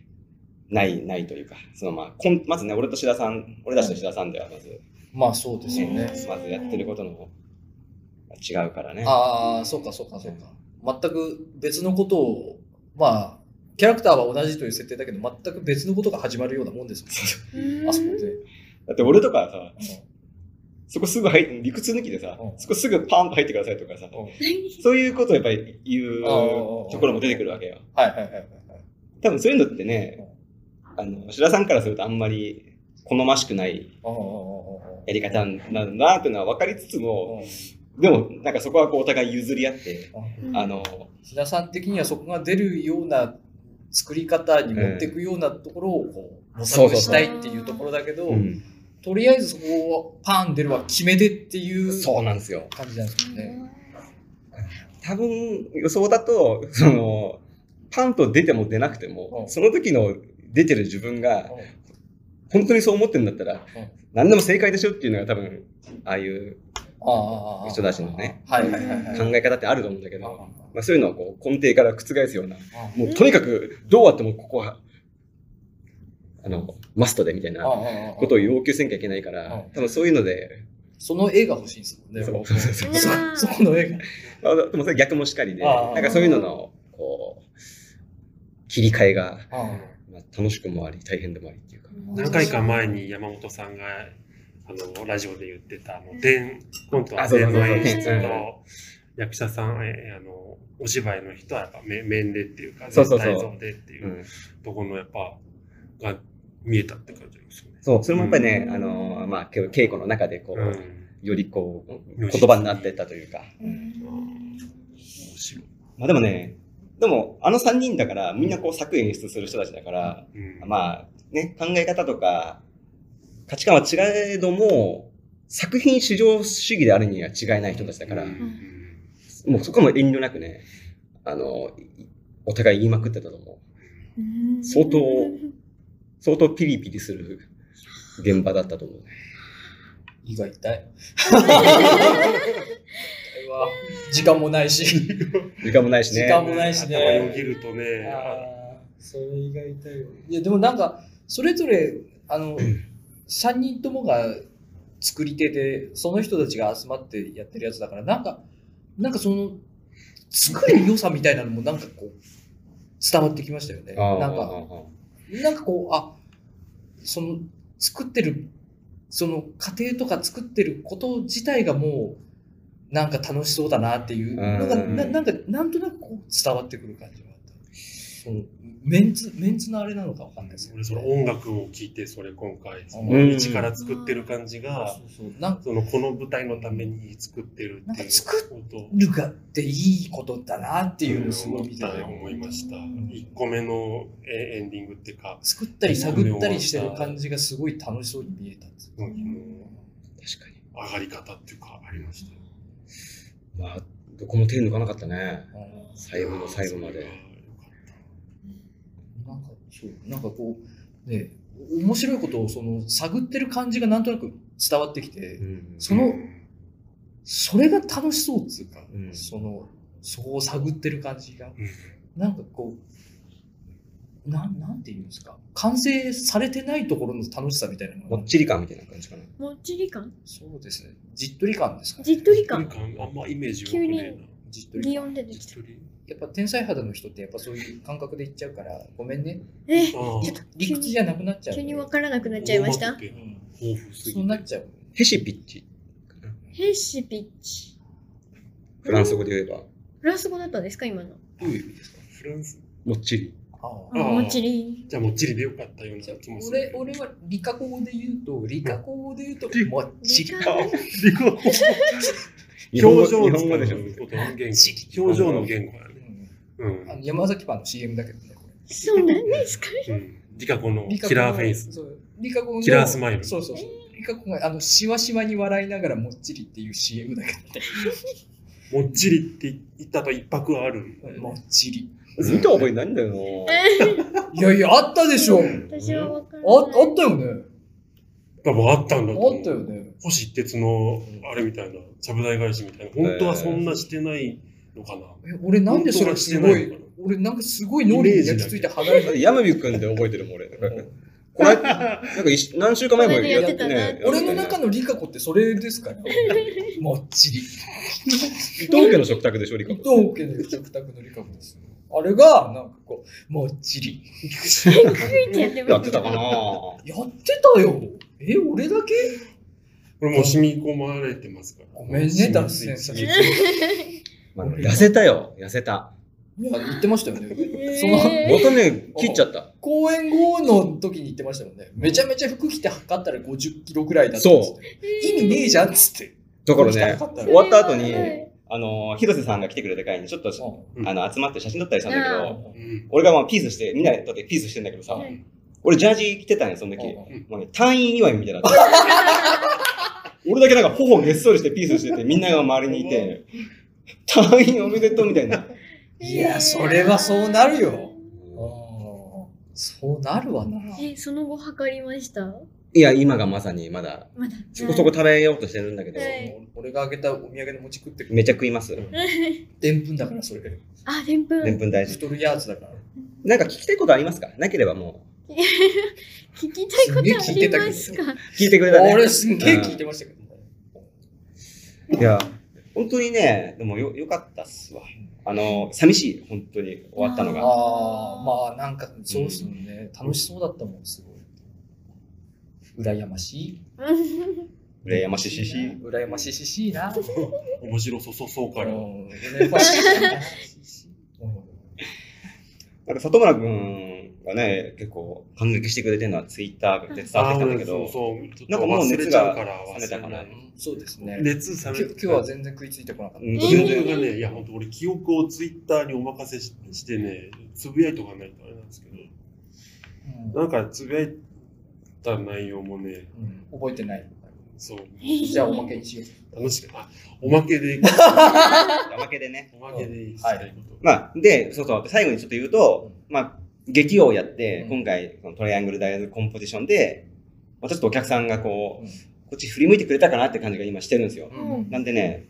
[SPEAKER 4] ない、ないというか、そのまあ、こんまずね、俺と志田さん、俺たちと志田さんではまず、
[SPEAKER 3] まあ、そうですよね。
[SPEAKER 4] まずやってることの違うからね。
[SPEAKER 3] ああ、そうか、そうか、そうか。全く別のことを、まあ、キャラクターは同じという設定だけど、全く別のことが始まるようなもんですもん。あそこで。
[SPEAKER 5] だって俺とかさ、
[SPEAKER 3] う
[SPEAKER 5] そこすぐ入って、理屈抜きでさ
[SPEAKER 3] う、ん
[SPEAKER 5] そこすぐパーンと入ってくださいとかさ、
[SPEAKER 3] んうん
[SPEAKER 5] そういうことをやっぱり言う
[SPEAKER 3] あー
[SPEAKER 5] ところも出てくるわけよ。
[SPEAKER 3] はいはいはいはいはい。
[SPEAKER 5] 多分そういうのってね、あの、白さんからするとあんまり好ましくない
[SPEAKER 3] ああああ
[SPEAKER 5] やり方なんだなっていうのは分かりつつ
[SPEAKER 3] ああ
[SPEAKER 5] も、
[SPEAKER 3] ああ
[SPEAKER 5] でもなんかそこはこうお互い譲り合って、
[SPEAKER 1] うん
[SPEAKER 5] あの、
[SPEAKER 3] 志田さん的にはそこが出るような作り方に持っていくようなところをこう模索したいっていうところだけど、
[SPEAKER 4] うん
[SPEAKER 3] とりあえずそこをパン出るは決めでっていう
[SPEAKER 4] そうなんですよ。
[SPEAKER 3] 感じなんですよね。
[SPEAKER 4] 多分予想だと、その、パンと出ても出なくても
[SPEAKER 3] う、ん
[SPEAKER 4] その時の出てる自分が、本当にそう思ってるんだったら
[SPEAKER 3] うん、
[SPEAKER 4] 何でも正解でしょっていうのが多分、ああいう
[SPEAKER 3] ああああ
[SPEAKER 4] 人たちのね。
[SPEAKER 3] はいはいはいはい。
[SPEAKER 4] 考え方ってあると思うんだけ
[SPEAKER 3] ああ
[SPEAKER 4] ど、まあ、そういうのをこう根底から覆すような、
[SPEAKER 3] ああ
[SPEAKER 4] もうとにかくどうあってもここは、あの、マストでみたい
[SPEAKER 3] あ
[SPEAKER 4] な
[SPEAKER 3] あああああ
[SPEAKER 4] ことを要求せなきゃいけないから、
[SPEAKER 3] うん
[SPEAKER 4] 多分そういうので、
[SPEAKER 3] その絵が欲しいんですもんね。
[SPEAKER 4] そう
[SPEAKER 3] 僕
[SPEAKER 4] そうそう
[SPEAKER 3] そそこの絵が。
[SPEAKER 4] あでもそれ逆もしかりで、
[SPEAKER 3] ああ
[SPEAKER 4] なんかそういうのの、こう、切り替え
[SPEAKER 3] あ
[SPEAKER 4] が、
[SPEAKER 3] あ
[SPEAKER 4] まあ、楽しくもあり、大変でもありっていうか。
[SPEAKER 2] 何回か前に山本さんがあのラジオで言ってたあの伝コントは
[SPEAKER 4] あそうそう
[SPEAKER 2] 伝
[SPEAKER 4] そう
[SPEAKER 2] の演出
[SPEAKER 1] うん
[SPEAKER 2] と役者さんえーあのお芝居の人はやっぱめ面でっていうか
[SPEAKER 4] そうそうそう
[SPEAKER 2] 全体像でっていううんところのやっぱが見えたって感じですよね。
[SPEAKER 4] そう、それもやっぱりね、
[SPEAKER 1] うん
[SPEAKER 4] あの、まあ、けど稽古の中で、こう、
[SPEAKER 2] うん
[SPEAKER 4] よりこう、
[SPEAKER 2] よし
[SPEAKER 4] 言葉になってったというか。
[SPEAKER 2] 面白い。
[SPEAKER 5] まあでもね、でもあの3人だから、みんなこう作演出する人たちだから、
[SPEAKER 2] うん
[SPEAKER 5] まあ、
[SPEAKER 4] ね、考え方とか価値観は違えども、作品至上主義であるには違いない人たちだから、
[SPEAKER 2] うん
[SPEAKER 4] もうそこはもう遠慮なくね、あの、いお互い言いまくってたと思う。相当相当ピリピリする現場だったと思うね。
[SPEAKER 3] 胃が痛い。痛いわ時間もないし。
[SPEAKER 4] 時間もないしね。
[SPEAKER 3] 時間もないしね
[SPEAKER 2] 頭よぎるとね、
[SPEAKER 3] あーそれ意外だよ。いや、でもなんか、それぞれ、あ の、3人ともが作り手で、その人たちが集まってやってるやつだから、なんか、なんかその、作る良さみたいなのもなんかこう、伝わってきましたよね。
[SPEAKER 4] あー
[SPEAKER 3] なんか、なんかこう、あ、その、作ってる、その過程とか作ってること自体がもう、なんか楽しそうだなっていうのが、
[SPEAKER 4] うん
[SPEAKER 3] ななんか、なんとなくこう伝わってくる感じがあった。そのメンツ、メンツのあれなのかわかんないですけど、
[SPEAKER 2] 俺その音楽を聴いてそれ今回そ
[SPEAKER 4] うん
[SPEAKER 2] の一から作ってる感じが
[SPEAKER 3] そうそうなんか
[SPEAKER 2] そのこの舞台のために作ってるっていうことを
[SPEAKER 3] ルカっていいことだなっていうのをすごい
[SPEAKER 2] 思っ
[SPEAKER 3] 見た
[SPEAKER 2] たね
[SPEAKER 3] よ
[SPEAKER 2] 思いました。
[SPEAKER 3] ん
[SPEAKER 2] 1個目のえエンディングっていうか、
[SPEAKER 3] 作ったり探ったりしてる感じがすごい楽しそうに見えたんです
[SPEAKER 2] の
[SPEAKER 4] 確かに。
[SPEAKER 2] 上がり方っていうかありましたよ。
[SPEAKER 4] まあ、どこも手抜かなかったね。
[SPEAKER 3] あの
[SPEAKER 4] 最後の最後まで。
[SPEAKER 3] なんか、そう、なんかこう、ね、面白いことをその探ってる感じがなんとなく伝わってきて、
[SPEAKER 4] うん
[SPEAKER 3] その、それが楽しそうっていうか、
[SPEAKER 4] うん
[SPEAKER 3] その、そこを探ってる感じが、
[SPEAKER 2] うん
[SPEAKER 3] なんかこう、なん、なんていうんですか、完成されてないところの楽しさみたいなのが
[SPEAKER 4] もっちり感みたいな感じかな。
[SPEAKER 1] もっちり感よ
[SPEAKER 3] そうですね、じっとり感ですかね。
[SPEAKER 1] じっとり
[SPEAKER 2] な
[SPEAKER 1] 感
[SPEAKER 2] んかあんまイメージ
[SPEAKER 1] 急に
[SPEAKER 2] ね
[SPEAKER 3] じっとり
[SPEAKER 1] 擬
[SPEAKER 3] 感。
[SPEAKER 1] 音出て
[SPEAKER 2] え
[SPEAKER 1] きた。
[SPEAKER 3] やっぱ天才肌の人ってやっぱそういう感覚でいっちゃうから、ごめんね、
[SPEAKER 1] え、ち
[SPEAKER 2] な。
[SPEAKER 1] ょ
[SPEAKER 2] あ
[SPEAKER 1] っ
[SPEAKER 2] あ
[SPEAKER 1] と
[SPEAKER 3] 理屈じゃなくなっちゃう。
[SPEAKER 1] 急にわ
[SPEAKER 3] う
[SPEAKER 1] からなくなっちゃいました。
[SPEAKER 2] 豊
[SPEAKER 3] ん
[SPEAKER 2] 富す
[SPEAKER 3] そう
[SPEAKER 2] ぎ
[SPEAKER 3] な
[SPEAKER 2] て
[SPEAKER 3] っ。ちゃう。
[SPEAKER 4] ヘシピッチ。
[SPEAKER 1] ヘシピッチ。
[SPEAKER 4] フランス語で言えば、
[SPEAKER 1] フランス語だったんですか今の。
[SPEAKER 3] どういう意味ですか
[SPEAKER 2] フランス
[SPEAKER 4] もっちり。
[SPEAKER 3] ああ
[SPEAKER 1] あ
[SPEAKER 2] あー
[SPEAKER 1] もっちり。
[SPEAKER 2] じゃあもっちりでよかったような
[SPEAKER 3] じゃあ
[SPEAKER 2] 気もする
[SPEAKER 3] 俺。俺は理科語で言うと、理科語で言うと、もっちり。
[SPEAKER 1] 理科語
[SPEAKER 2] リコ
[SPEAKER 4] 日本語
[SPEAKER 2] 表情を
[SPEAKER 4] 日本
[SPEAKER 2] 使
[SPEAKER 4] 語
[SPEAKER 2] う
[SPEAKER 4] でしょ。
[SPEAKER 2] ことの言語表情の言語だね。う
[SPEAKER 3] うんあの
[SPEAKER 2] ん。
[SPEAKER 3] 山崎パンの CM だけどね、これ。
[SPEAKER 1] そうなんですか
[SPEAKER 2] うん。リカ子の
[SPEAKER 3] 理科
[SPEAKER 2] キ
[SPEAKER 3] 語の
[SPEAKER 2] ラーフェイス。
[SPEAKER 3] そう理科語の
[SPEAKER 2] キラースマイル
[SPEAKER 3] そうそうそう。理科語があのしわしわに笑いながらもっちりっていう CM だけ
[SPEAKER 2] もっちりって言ったと一泊はある。
[SPEAKER 3] どね、もっちり。
[SPEAKER 4] 見た覚えないんだよな。
[SPEAKER 3] いやいや、あったでしょ。あ
[SPEAKER 1] 私はわから
[SPEAKER 3] あ
[SPEAKER 1] ない。
[SPEAKER 3] ったよね。
[SPEAKER 2] 多分あったんだと
[SPEAKER 3] あ
[SPEAKER 2] 思
[SPEAKER 3] ったよ
[SPEAKER 2] う。
[SPEAKER 3] ね。
[SPEAKER 2] 星鉄のあれみたいな、ちゃぶ台返しみたいな。本当はそんなしてないのかな。
[SPEAKER 3] え俺なんでそれすご
[SPEAKER 2] 本当はしてない
[SPEAKER 3] い
[SPEAKER 2] のか、
[SPEAKER 3] 俺なんかすごい脳裏に焼き付いて離れ
[SPEAKER 4] だっ
[SPEAKER 3] ない。
[SPEAKER 4] てヤムビ君で覚えてるもん俺。これ、なんか一何週間前もやって
[SPEAKER 1] これでやって
[SPEAKER 4] ね。
[SPEAKER 3] 俺の中
[SPEAKER 4] の。
[SPEAKER 3] の理科子ってそれです から。もっちり。
[SPEAKER 4] 伊藤家の食卓でしょ、リカ
[SPEAKER 3] 伊藤家の食卓の理科子ですよ。ああれが、なんかこう、もっちり。
[SPEAKER 1] クイってやって
[SPEAKER 4] や
[SPEAKER 1] ま
[SPEAKER 4] っ
[SPEAKER 1] す
[SPEAKER 4] てたかな
[SPEAKER 3] やってたよえ、俺だけ
[SPEAKER 2] これもう染み込まれてますから。
[SPEAKER 3] ごめんね、ダンス先生。い
[SPEAKER 2] 染
[SPEAKER 3] や、
[SPEAKER 6] まあ、痩せたよ、痩せた。
[SPEAKER 3] 言ってましたよね。
[SPEAKER 1] えー
[SPEAKER 3] その、
[SPEAKER 1] え
[SPEAKER 6] 元ね、切っちゃった。
[SPEAKER 3] 公演後の時に言ってましたもんね。めちゃめちゃ服着て測ったら50キロぐらいだったっつって意味ねえじゃんっつって。
[SPEAKER 6] だから
[SPEAKER 3] 汚
[SPEAKER 6] ね、
[SPEAKER 3] か
[SPEAKER 1] そ
[SPEAKER 3] った
[SPEAKER 1] れ
[SPEAKER 3] ら
[SPEAKER 6] 終
[SPEAKER 1] は
[SPEAKER 6] わった後に
[SPEAKER 1] はい
[SPEAKER 4] あの、広瀬さんが来てくれた回に、ちょっと、あの、集まって写真撮ったりしたんだけ
[SPEAKER 3] う
[SPEAKER 4] ど、
[SPEAKER 3] ん
[SPEAKER 2] うん。
[SPEAKER 4] 俺がまあピースして、みんなだってピースしてんだけどさ
[SPEAKER 1] は、い
[SPEAKER 4] 俺ジャージ着てたんよ、その時。
[SPEAKER 3] うん
[SPEAKER 4] もうね、単位祝いみたいになってた。俺だけなんか頬げっそりしてピースしてて、みんなが周りにいて、単位おめでとうみたいな。
[SPEAKER 3] いやそれはそうなるよああそうなるわな。
[SPEAKER 1] え、その後測りました
[SPEAKER 6] いや、今がまさにまだ、
[SPEAKER 1] まだ。
[SPEAKER 6] そこそこ 食べようとしてるんだけど、
[SPEAKER 1] はい
[SPEAKER 3] 俺があげたお土産の餅食って
[SPEAKER 6] めちゃ食います。
[SPEAKER 3] でんぷんだからそれ。
[SPEAKER 1] あ、でんぷ
[SPEAKER 6] でん
[SPEAKER 1] ん。
[SPEAKER 6] ぷん大事。
[SPEAKER 3] 太るやつだから。
[SPEAKER 6] なんか聞きたいことありますかなければも
[SPEAKER 1] 聞きたいことあ
[SPEAKER 3] すげえ聞いて
[SPEAKER 1] り
[SPEAKER 3] たけど
[SPEAKER 1] ますか
[SPEAKER 6] う、聞いてくれたね。
[SPEAKER 3] 俺すんげえ聞いてましたけど。
[SPEAKER 6] いや、
[SPEAKER 4] 本当にね、でもよ、よかったっすわ。あの、寂しい、本当に終わったの
[SPEAKER 3] あ
[SPEAKER 4] が。
[SPEAKER 3] あ、まあなんかそうっすもんね。楽しそうだったもん、すごい。羨ましい。
[SPEAKER 4] 羨ましいし。
[SPEAKER 3] 羨ましいししいな。
[SPEAKER 2] 面白そうそうそうから。
[SPEAKER 3] うん羨ましいな
[SPEAKER 4] なんか里村くんがね、結構感激してくれてるのはツイッターで伝わってきたんだけど、
[SPEAKER 2] あーそうそうちょっ
[SPEAKER 4] なん
[SPEAKER 2] と
[SPEAKER 4] かもう
[SPEAKER 2] 忘
[SPEAKER 4] 熱
[SPEAKER 2] れちゃ
[SPEAKER 4] が
[SPEAKER 2] うから
[SPEAKER 4] 冷めたかな
[SPEAKER 2] 忘れい
[SPEAKER 3] うんそうですね。
[SPEAKER 2] 熱冷
[SPEAKER 3] 今
[SPEAKER 2] め
[SPEAKER 3] 日今日は全然食いついてこなかっ
[SPEAKER 4] うん
[SPEAKER 2] 全
[SPEAKER 4] 全
[SPEAKER 2] 然
[SPEAKER 4] 然、
[SPEAKER 2] がね、いや、本当俺、記憶をツイッターにお任せししてね、つぶやいとかないとあれなんですけど、
[SPEAKER 3] た。
[SPEAKER 2] なんかつぶやいた内容もね、
[SPEAKER 3] うん覚えてない。
[SPEAKER 2] そう、
[SPEAKER 3] じゃあおまけにしよう。
[SPEAKER 2] 楽しかった。おまけで、
[SPEAKER 4] おまけでね。
[SPEAKER 2] おまけでしたいこと。
[SPEAKER 4] まあ、で、そうそう、最後にちょっと言うと、まあ、劇をやって、
[SPEAKER 3] うん
[SPEAKER 4] 今回、このトライアングルダイヤルコンポジションで、まあ、ちょっとお客さんがこう、
[SPEAKER 3] うん
[SPEAKER 4] こっち振り向いてくれたかなって感じが今してるんですよ。
[SPEAKER 1] ん
[SPEAKER 4] なんでね、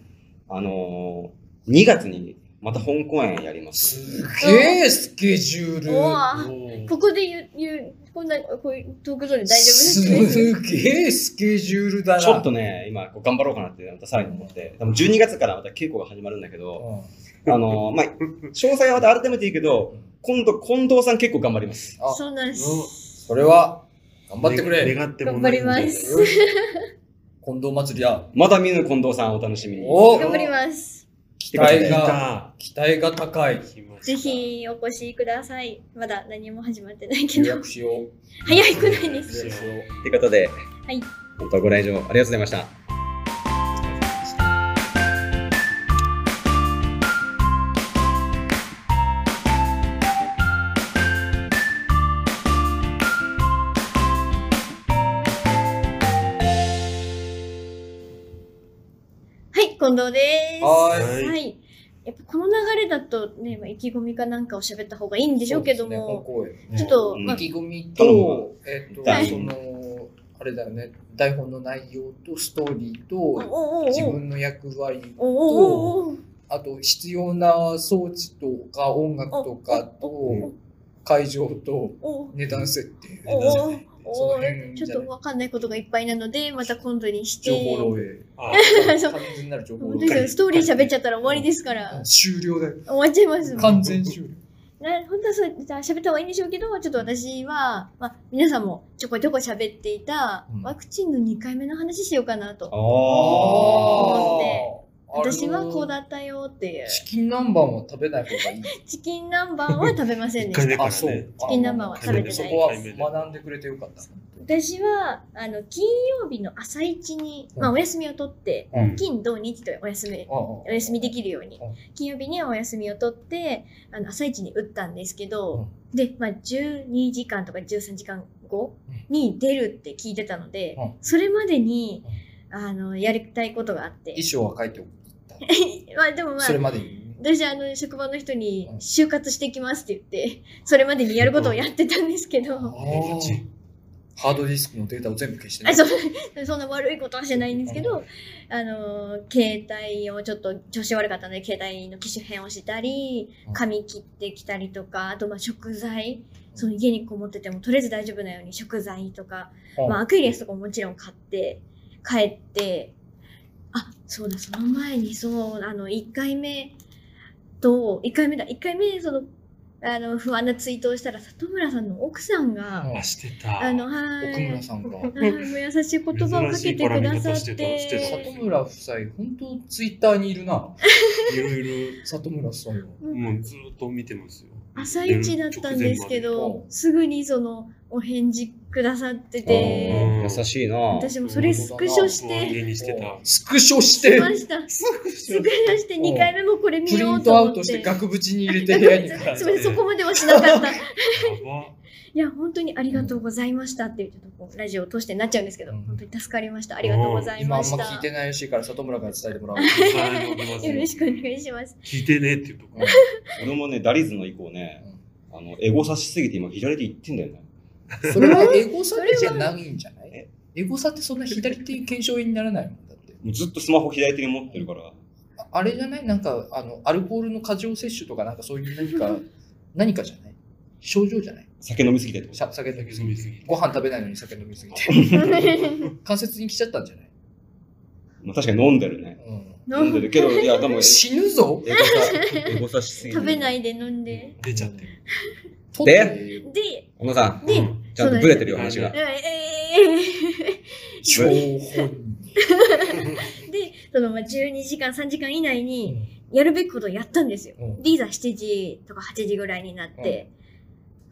[SPEAKER 4] あのー、2月にまた本公演やります。
[SPEAKER 3] すげえスケジュ
[SPEAKER 1] お
[SPEAKER 3] ー
[SPEAKER 1] わ
[SPEAKER 2] おー
[SPEAKER 1] ここで言う、言う、こんな、こういうトークゾーンで大丈夫
[SPEAKER 3] ル。
[SPEAKER 1] です
[SPEAKER 3] すげえスケジュールだな。
[SPEAKER 4] ちょっとね、今、こう頑張ろうかなって、またさらに思って、多分12月からまた稽古が始まるんだけど、
[SPEAKER 3] うん。
[SPEAKER 4] あのー、まあ、詳細はまた改めて言うけど、今度、近藤さん結構頑張ります。
[SPEAKER 3] あ
[SPEAKER 1] そうなんです。
[SPEAKER 3] それは、頑張ってくれ。
[SPEAKER 2] 願ってもないんで
[SPEAKER 1] 頑張ります
[SPEAKER 3] 近藤祭りや。
[SPEAKER 4] まだ見ぬ近藤さんをお楽しみに。
[SPEAKER 3] お
[SPEAKER 1] 頑張ります。
[SPEAKER 4] 来
[SPEAKER 3] 期
[SPEAKER 4] てください
[SPEAKER 3] 待が、
[SPEAKER 2] あ
[SPEAKER 3] 期待が高い。
[SPEAKER 1] ぜひお越しください。まだ何も始まってないけ
[SPEAKER 3] 予
[SPEAKER 1] ど。
[SPEAKER 3] 約しよう。
[SPEAKER 1] 早くないです。
[SPEAKER 3] 予約しよう。
[SPEAKER 4] ということで、
[SPEAKER 1] い
[SPEAKER 4] 本当ご来場ありがとうございました。
[SPEAKER 1] はい、近藤です。
[SPEAKER 3] は
[SPEAKER 2] ーい
[SPEAKER 1] はい。やっぱこの流れだとね、まあ、意気込みかなんかを喋った方がいいんでしょうけども、
[SPEAKER 3] そうですね
[SPEAKER 1] ちょっと、
[SPEAKER 4] うん
[SPEAKER 1] まあ
[SPEAKER 3] 本公演、意気込み
[SPEAKER 4] 頼
[SPEAKER 3] と
[SPEAKER 4] む、
[SPEAKER 3] えっと、
[SPEAKER 4] はい
[SPEAKER 3] その、あれだよね、台本の内容とストーリー
[SPEAKER 1] お
[SPEAKER 3] と、
[SPEAKER 1] おお
[SPEAKER 3] 自分の役割
[SPEAKER 1] おおおお
[SPEAKER 3] あと必要な装置とか音楽とかと会場と
[SPEAKER 1] おお
[SPEAKER 3] 値段設定
[SPEAKER 1] おおおお
[SPEAKER 3] その辺
[SPEAKER 1] ちょっとわかんないことがいっぱいなので、また今度にして。
[SPEAKER 3] 情報漏洩
[SPEAKER 2] あ
[SPEAKER 1] そう
[SPEAKER 3] 完全なる情報
[SPEAKER 1] 本
[SPEAKER 3] 漏
[SPEAKER 1] 当ですよ
[SPEAKER 3] 洩
[SPEAKER 1] ストーリー喋っちゃったら終わりですから、
[SPEAKER 3] 終了だよ
[SPEAKER 1] 終わっちゃいます。
[SPEAKER 3] 完全終了
[SPEAKER 1] な本当はそう喋った方がいいんでしょうけど、ちょっと私は、まあ、皆さんもちょこちょこ喋っていた
[SPEAKER 3] うん
[SPEAKER 1] ワクチンの2回目の話しようかなと。
[SPEAKER 4] お
[SPEAKER 3] あー
[SPEAKER 1] 私はこうだったよっていう。
[SPEAKER 3] チキン南蛮は食べない方がいい
[SPEAKER 1] チキン南蛮は食べません
[SPEAKER 2] 一
[SPEAKER 1] でした。
[SPEAKER 2] 回目から
[SPEAKER 3] あそう
[SPEAKER 2] ね。
[SPEAKER 1] チキン南蛮は
[SPEAKER 2] 食べてない
[SPEAKER 3] そこは学んでくれてよかった
[SPEAKER 1] 私はあの金曜日の朝一に、まあ、お休みを取って、
[SPEAKER 2] うん
[SPEAKER 1] 金土日とお休みお休みできるように
[SPEAKER 3] うん
[SPEAKER 1] 金曜日にはお休みを取ってあの朝一に打ったんですけど、で、まあ、12時間とか13時間後に出るって聞いてたので、
[SPEAKER 3] うん
[SPEAKER 1] それまでにあのやりたいことがあって
[SPEAKER 3] 衣装は書いておく
[SPEAKER 1] まあでもまあ
[SPEAKER 3] それまでに
[SPEAKER 1] 私あの職場の人に
[SPEAKER 3] うん
[SPEAKER 1] 就活してきますって言ってそれまでにやることをやってたんですけど、
[SPEAKER 3] あーハードディスクのデータを全部消してね
[SPEAKER 1] あそうそんな悪いことはしてないんですけど、あの携帯をちょっと調子悪かったので携帯の機種変をしたり
[SPEAKER 3] うん
[SPEAKER 1] 髪切ってきたりとかあとまあ食材その家にこもっててもとりあえず大丈夫なように食材とか、
[SPEAKER 3] うん
[SPEAKER 1] まあ、アクエリアスとかももちろん買って帰ってあそうだその前にそうあの1回目と1回目だ1回目そのあの不安なツイートをしたら里村さんの奥さんが、
[SPEAKER 2] あ、してた。
[SPEAKER 1] あのはい
[SPEAKER 3] 奥村さんが。
[SPEAKER 1] はいもう優しい言葉をかけてく ださっ
[SPEAKER 2] 珍しい絡み方してたして
[SPEAKER 1] て
[SPEAKER 2] た
[SPEAKER 3] 里村夫妻、本当ツイッターにいるな。
[SPEAKER 2] いろい
[SPEAKER 3] 里村さんが。
[SPEAKER 2] ろ、もうずっと見てますよ。
[SPEAKER 1] 朝一だったんですけ
[SPEAKER 3] 直前ま
[SPEAKER 1] ど
[SPEAKER 3] で
[SPEAKER 1] すぐにそのお返事くださって
[SPEAKER 4] あ
[SPEAKER 1] て
[SPEAKER 4] ー優しいな。
[SPEAKER 1] 私もそれスクショして
[SPEAKER 2] 家にしてた。
[SPEAKER 3] スクショし
[SPEAKER 1] して
[SPEAKER 3] て、
[SPEAKER 1] ましたスクショして2回目もこれ見
[SPEAKER 3] プリ
[SPEAKER 1] よ
[SPEAKER 3] ン
[SPEAKER 1] う
[SPEAKER 3] ト
[SPEAKER 1] と
[SPEAKER 3] ア
[SPEAKER 1] 思
[SPEAKER 3] ウ
[SPEAKER 1] っ
[SPEAKER 3] ト
[SPEAKER 1] て
[SPEAKER 3] して額縁に入れて部屋に飾っ
[SPEAKER 1] す
[SPEAKER 3] て
[SPEAKER 1] みませんそこまではしなかった
[SPEAKER 2] やば。
[SPEAKER 1] いや、本当にありがとうございましたっていうちょっとこうラジオを通してなっちゃうんですけど、
[SPEAKER 3] うん
[SPEAKER 1] 本当に助かりました。ありがとうござい
[SPEAKER 3] 今
[SPEAKER 1] ま
[SPEAKER 3] あん
[SPEAKER 1] し
[SPEAKER 3] ま
[SPEAKER 1] た。
[SPEAKER 3] 聞いてないらしいから里村から伝えてもらう。
[SPEAKER 1] よろしくお願いします。
[SPEAKER 2] 聞いてねっていうとこ。
[SPEAKER 5] 俺もね、ダリズの以降ね、あの、エゴ差しすぎて今左手行ってんだよね。
[SPEAKER 3] それはエゴサじゃないんじゃないエゴサってそんな左手検証にならないもんだって。
[SPEAKER 5] もうずっとスマホ左手に持ってるから。
[SPEAKER 3] ああれじゃないなんかあのアルコールの過剰摂取とかなんかそういう何か何かじゃない症状じゃない
[SPEAKER 5] 酒飲みすぎてってこと
[SPEAKER 3] しゃ酒飲みすぎ
[SPEAKER 2] 飲みすぎ
[SPEAKER 3] てご飯食べないのに酒飲みすぎて 関節に来ちゃったんじゃない、
[SPEAKER 5] まあ確かに飲んでるね。
[SPEAKER 3] う
[SPEAKER 5] 飲んでるけど、いや、でも、
[SPEAKER 3] ん、死ぬぞ
[SPEAKER 4] エゴサ、エゴサしすぎ。
[SPEAKER 1] 食べないいで飲んで。
[SPEAKER 2] 出ちゃってる。
[SPEAKER 3] 取って
[SPEAKER 1] で、
[SPEAKER 4] 小野さん、
[SPEAKER 1] で、
[SPEAKER 2] うん
[SPEAKER 4] ちゃんとブレてるよ、話
[SPEAKER 1] え
[SPEAKER 4] が。
[SPEAKER 3] 情報に
[SPEAKER 1] ーで、そのまあ12時間、3時間以内にやるべきことをやったんですよ。
[SPEAKER 3] うん
[SPEAKER 1] でいざ7時とか8時ぐらいになって、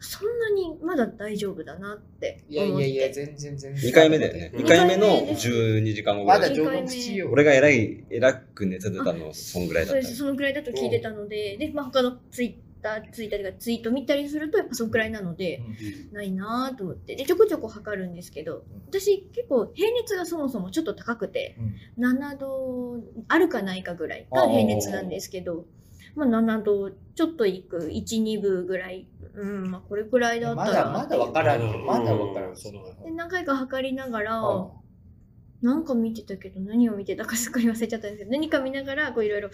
[SPEAKER 1] そんなにまだ大丈夫だなって
[SPEAKER 3] いやい
[SPEAKER 1] 思っ
[SPEAKER 3] やいや
[SPEAKER 1] て。
[SPEAKER 3] 全然全然
[SPEAKER 4] 2回目だよね。
[SPEAKER 2] うん
[SPEAKER 4] 2回目の12時間後ぐ
[SPEAKER 3] ま
[SPEAKER 4] ら
[SPEAKER 3] だ
[SPEAKER 4] い。
[SPEAKER 3] 情報口よ
[SPEAKER 4] 俺が偉い、偉く寝てたの、そんぐらい
[SPEAKER 1] そ
[SPEAKER 4] だ
[SPEAKER 1] う
[SPEAKER 4] っ
[SPEAKER 1] です
[SPEAKER 4] た。
[SPEAKER 1] そのくらいだと聞いてたので、で、まあ、他のツイッター、ツイッターというかツイート見たりすると、やっぱそのくらいなので、ないなぁと思って、で、ちょこちょこ測るんですけど、私結構平熱がそもそもちょっと高くて、7度あるかないかぐらいが平熱なんですけど、まあ、7度ちょっといく、1、2分ぐらい、うん、まあ、これくらいだっ
[SPEAKER 3] ま
[SPEAKER 1] た
[SPEAKER 3] だま
[SPEAKER 1] ら。
[SPEAKER 3] だわからんよ
[SPEAKER 2] うん
[SPEAKER 3] まだわからんその
[SPEAKER 1] で何回か測りながら、
[SPEAKER 3] う
[SPEAKER 1] なんか見てたけど何を見てたかすっかり忘れちゃったんですけど何か見ながらこういろいろ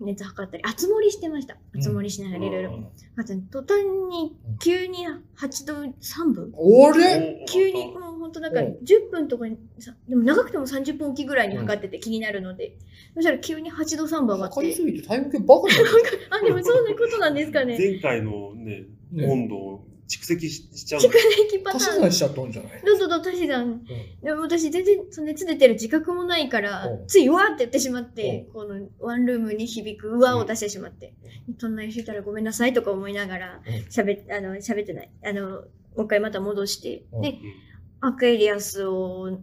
[SPEAKER 1] 熱測ったり熱盛してました熱盛りしながらいろいろ
[SPEAKER 3] ん
[SPEAKER 1] あと途端に急に8度3分
[SPEAKER 3] あれ
[SPEAKER 1] 急にもうほんとなんか
[SPEAKER 3] うん
[SPEAKER 1] 10分とかにさでも長くても30分おきぐらいに測ってて気になるのでそしたら急に8度3分上がっ
[SPEAKER 3] 測り
[SPEAKER 1] て
[SPEAKER 3] すぎて体温計バカにな る
[SPEAKER 1] あでもそんなことなんですかね
[SPEAKER 2] 前回のね、
[SPEAKER 3] ね
[SPEAKER 2] 温度を蓄積ししちゃう
[SPEAKER 1] 蓄積パタ
[SPEAKER 3] 足し
[SPEAKER 1] ー
[SPEAKER 3] 算
[SPEAKER 1] ン
[SPEAKER 3] しちゃったんじゃない
[SPEAKER 1] どうぞどうぞ足し算でも私全然その熱出てる自覚もないから
[SPEAKER 3] うん
[SPEAKER 1] ついうわーって言ってしまってこのワンルームに響くうわーを出してしまってそんなにしてたらごめんなさいとか思いながら
[SPEAKER 3] うん
[SPEAKER 1] 喋ってあの喋ってないあのもう一回また戻して
[SPEAKER 3] うん
[SPEAKER 1] でアクエリアスを、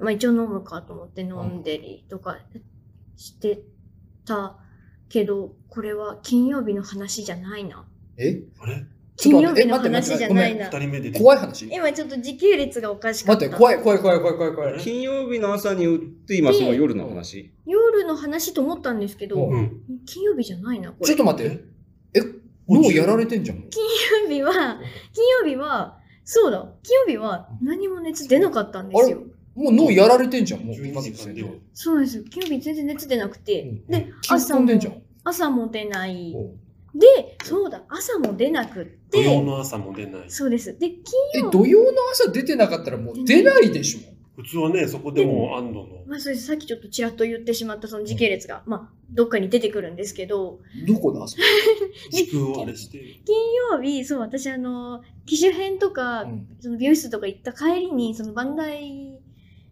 [SPEAKER 1] まあ、一応飲むかと思って飲んでりとかしてたけどこれは金曜日の話じゃないな
[SPEAKER 3] え
[SPEAKER 2] あれ
[SPEAKER 3] ちょ
[SPEAKER 1] 金
[SPEAKER 3] っと
[SPEAKER 1] 曜
[SPEAKER 3] 待
[SPEAKER 1] 日の
[SPEAKER 3] ってえ待って
[SPEAKER 1] 話じゃない
[SPEAKER 2] 二
[SPEAKER 1] な
[SPEAKER 2] 人目で。
[SPEAKER 3] 怖い話
[SPEAKER 1] 今ちょっと時系列がおかしかっ
[SPEAKER 3] 待
[SPEAKER 1] た
[SPEAKER 3] って、怖い、怖い、怖い、怖い、怖い、怖い。
[SPEAKER 4] 金曜日の朝に打って、今その夜の話。
[SPEAKER 1] 夜の話と思ったんですけど、
[SPEAKER 3] うん
[SPEAKER 2] うん。
[SPEAKER 1] 金曜日じゃないな、これ。
[SPEAKER 3] ちょっと待って。え、脳やられてんじゃん。
[SPEAKER 1] 金曜日は、金曜日は、そうだ、金曜日は何も熱出なかったんですよ。
[SPEAKER 3] もう脳やられてんじゃん。もう
[SPEAKER 2] 12
[SPEAKER 3] 今の
[SPEAKER 2] 時
[SPEAKER 3] 時
[SPEAKER 2] 間
[SPEAKER 3] 点
[SPEAKER 2] で
[SPEAKER 3] で
[SPEAKER 2] は。。
[SPEAKER 1] そうなんですよ。金曜日全然熱出なくて。
[SPEAKER 3] うん
[SPEAKER 1] で、
[SPEAKER 3] 気
[SPEAKER 1] 朝
[SPEAKER 3] 込
[SPEAKER 1] も
[SPEAKER 3] んでんじゃん。
[SPEAKER 1] 朝も出ない。
[SPEAKER 3] うん
[SPEAKER 1] で、そうだ、朝も出なくっ
[SPEAKER 2] 土曜
[SPEAKER 1] て、
[SPEAKER 2] の朝も出ない。
[SPEAKER 1] そうです。で、
[SPEAKER 3] え、
[SPEAKER 1] 金曜
[SPEAKER 3] 土曜の朝出てなかったらもう出ないでしょ。
[SPEAKER 2] 普通はね、そこでもう安堵の。
[SPEAKER 1] まあ、そうです。さっきちょっとちらっと言ってしまったその時系列が、まあ、どっかに出てくるんですけど、
[SPEAKER 3] どこだ朝。
[SPEAKER 2] 時空をあれして。
[SPEAKER 1] 金曜日、そう、私、あの、機種編とか
[SPEAKER 3] う、ん
[SPEAKER 1] その美容室とか行った帰りにそのバンダイ